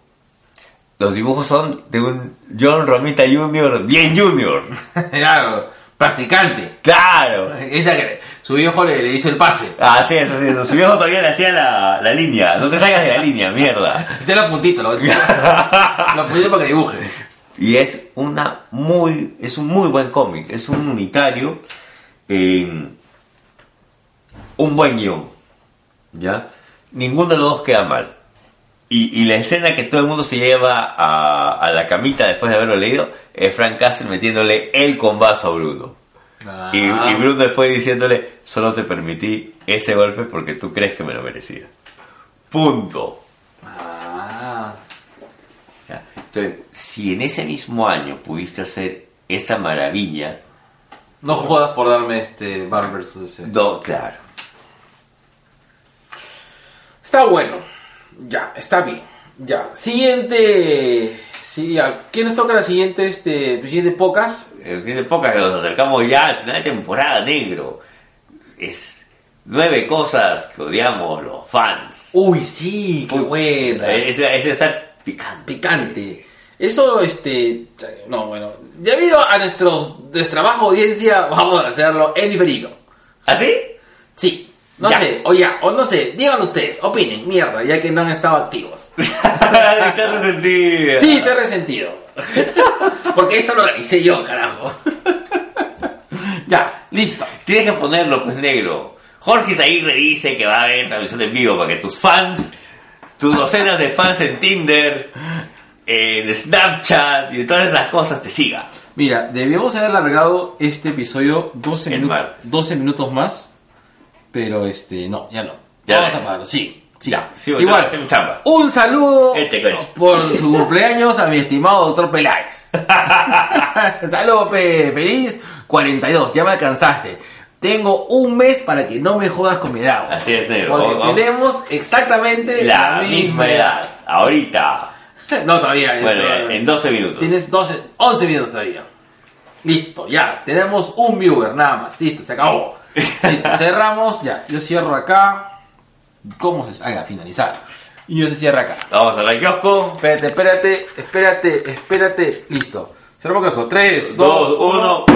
[SPEAKER 2] los dibujos son de un John Romita Jr., bien Jr.
[SPEAKER 1] Claro, practicante.
[SPEAKER 2] Claro. Ah,
[SPEAKER 1] Esa que su viejo le, le hizo el pase.
[SPEAKER 2] Así es, así es. Su viejo todavía le hacía la, la línea. No te salgas de la línea, mierda.
[SPEAKER 1] Se lo Este puntito, lo, lo apuntito para que dibuje.
[SPEAKER 2] Y es una muy, es un muy buen cómic, es un unitario, eh, un buen guión, ¿ya? Ninguno de los dos queda mal. Y, y la escena que todo el mundo se lleva a, a la camita después de haberlo leído es Frank Castle metiéndole el combazo a Bruno. Y,
[SPEAKER 1] Ah.
[SPEAKER 2] y Bruno después diciéndole, solo te permití ese golpe porque tú crees que me lo merecía. Punto.
[SPEAKER 1] Ah,
[SPEAKER 2] Ya. Entonces, si en ese mismo año pudiste hacer esa maravilla,
[SPEAKER 1] no jodas por darme este Barber Suicide.
[SPEAKER 2] no, claro.
[SPEAKER 1] Está bueno. Ya, está bien. Ya. Siguiente. Sí, ¿a ¿Quién nos toca la siguiente, este, siguiente pocas?
[SPEAKER 2] Eh, Tiene pocas que nos acercamos ya al final de temporada, negro. Es nueve cosas que odiamos los fans.
[SPEAKER 1] Uy, sí, qué
[SPEAKER 2] Uy,
[SPEAKER 1] buena.
[SPEAKER 2] Eh, Es, es estar picante.
[SPEAKER 1] picante. Eso, este. No, bueno. Debido a nuestros destrabajo audiencia, vamos a hacerlo en diferido.
[SPEAKER 2] ¿Así?
[SPEAKER 1] Sí. No
[SPEAKER 2] Ya.
[SPEAKER 1] sé, o ya, o no sé, digan ustedes, opinen, mierda, ya que no han estado activos.
[SPEAKER 2] Está resentido.
[SPEAKER 1] Sí, te he resentido. Porque esto lo organicé yo, carajo. ya, listo.
[SPEAKER 2] Tienes que ponerlo, pues, negro. Jorge Aguirre dice que va a haber transmisión en vivo para que tus fans, tus docenas de fans en Tinder, eh, en Snapchat y de todas esas cosas te sigan.
[SPEAKER 1] Mira, debíamos haber largado este episodio 12,
[SPEAKER 2] El
[SPEAKER 1] minu-
[SPEAKER 2] martes.
[SPEAKER 1] 12 minutos más, pero este, no, ya no.
[SPEAKER 2] Ya
[SPEAKER 1] Vamos
[SPEAKER 2] ves.
[SPEAKER 1] a pagarlo, sí. sí.
[SPEAKER 2] Ya, sí, bueno,
[SPEAKER 1] Igual,
[SPEAKER 2] hacemos chamba.
[SPEAKER 1] un saludo
[SPEAKER 2] Este coño.
[SPEAKER 1] por su cumpleaños a mi estimado doctor Peláez. Saludos, pe, feliz 42, ya me alcanzaste. Tengo un mes para que no me jodas con mi edad.
[SPEAKER 2] Así es, negro.
[SPEAKER 1] Porque
[SPEAKER 2] Vamos-
[SPEAKER 1] tenemos exactamente
[SPEAKER 2] La misma edad, ahorita.
[SPEAKER 1] No, todavía. eh,
[SPEAKER 2] Bueno,
[SPEAKER 1] todavía.
[SPEAKER 2] en 12 minutos.
[SPEAKER 1] Tienes 12, 11 minutos todavía. Listo, ya. Tenemos un viewer nada más. Listo, se acabó. Listo, cerramos, ya. Yo cierro acá. ¿Cómo se haga? Finalizar. Y yo se cierra acá.
[SPEAKER 2] Vamos a la kiosco.
[SPEAKER 1] Espérate, espérate, espérate, espérate. Listo. Cerramos con 3,
[SPEAKER 2] 2, 1.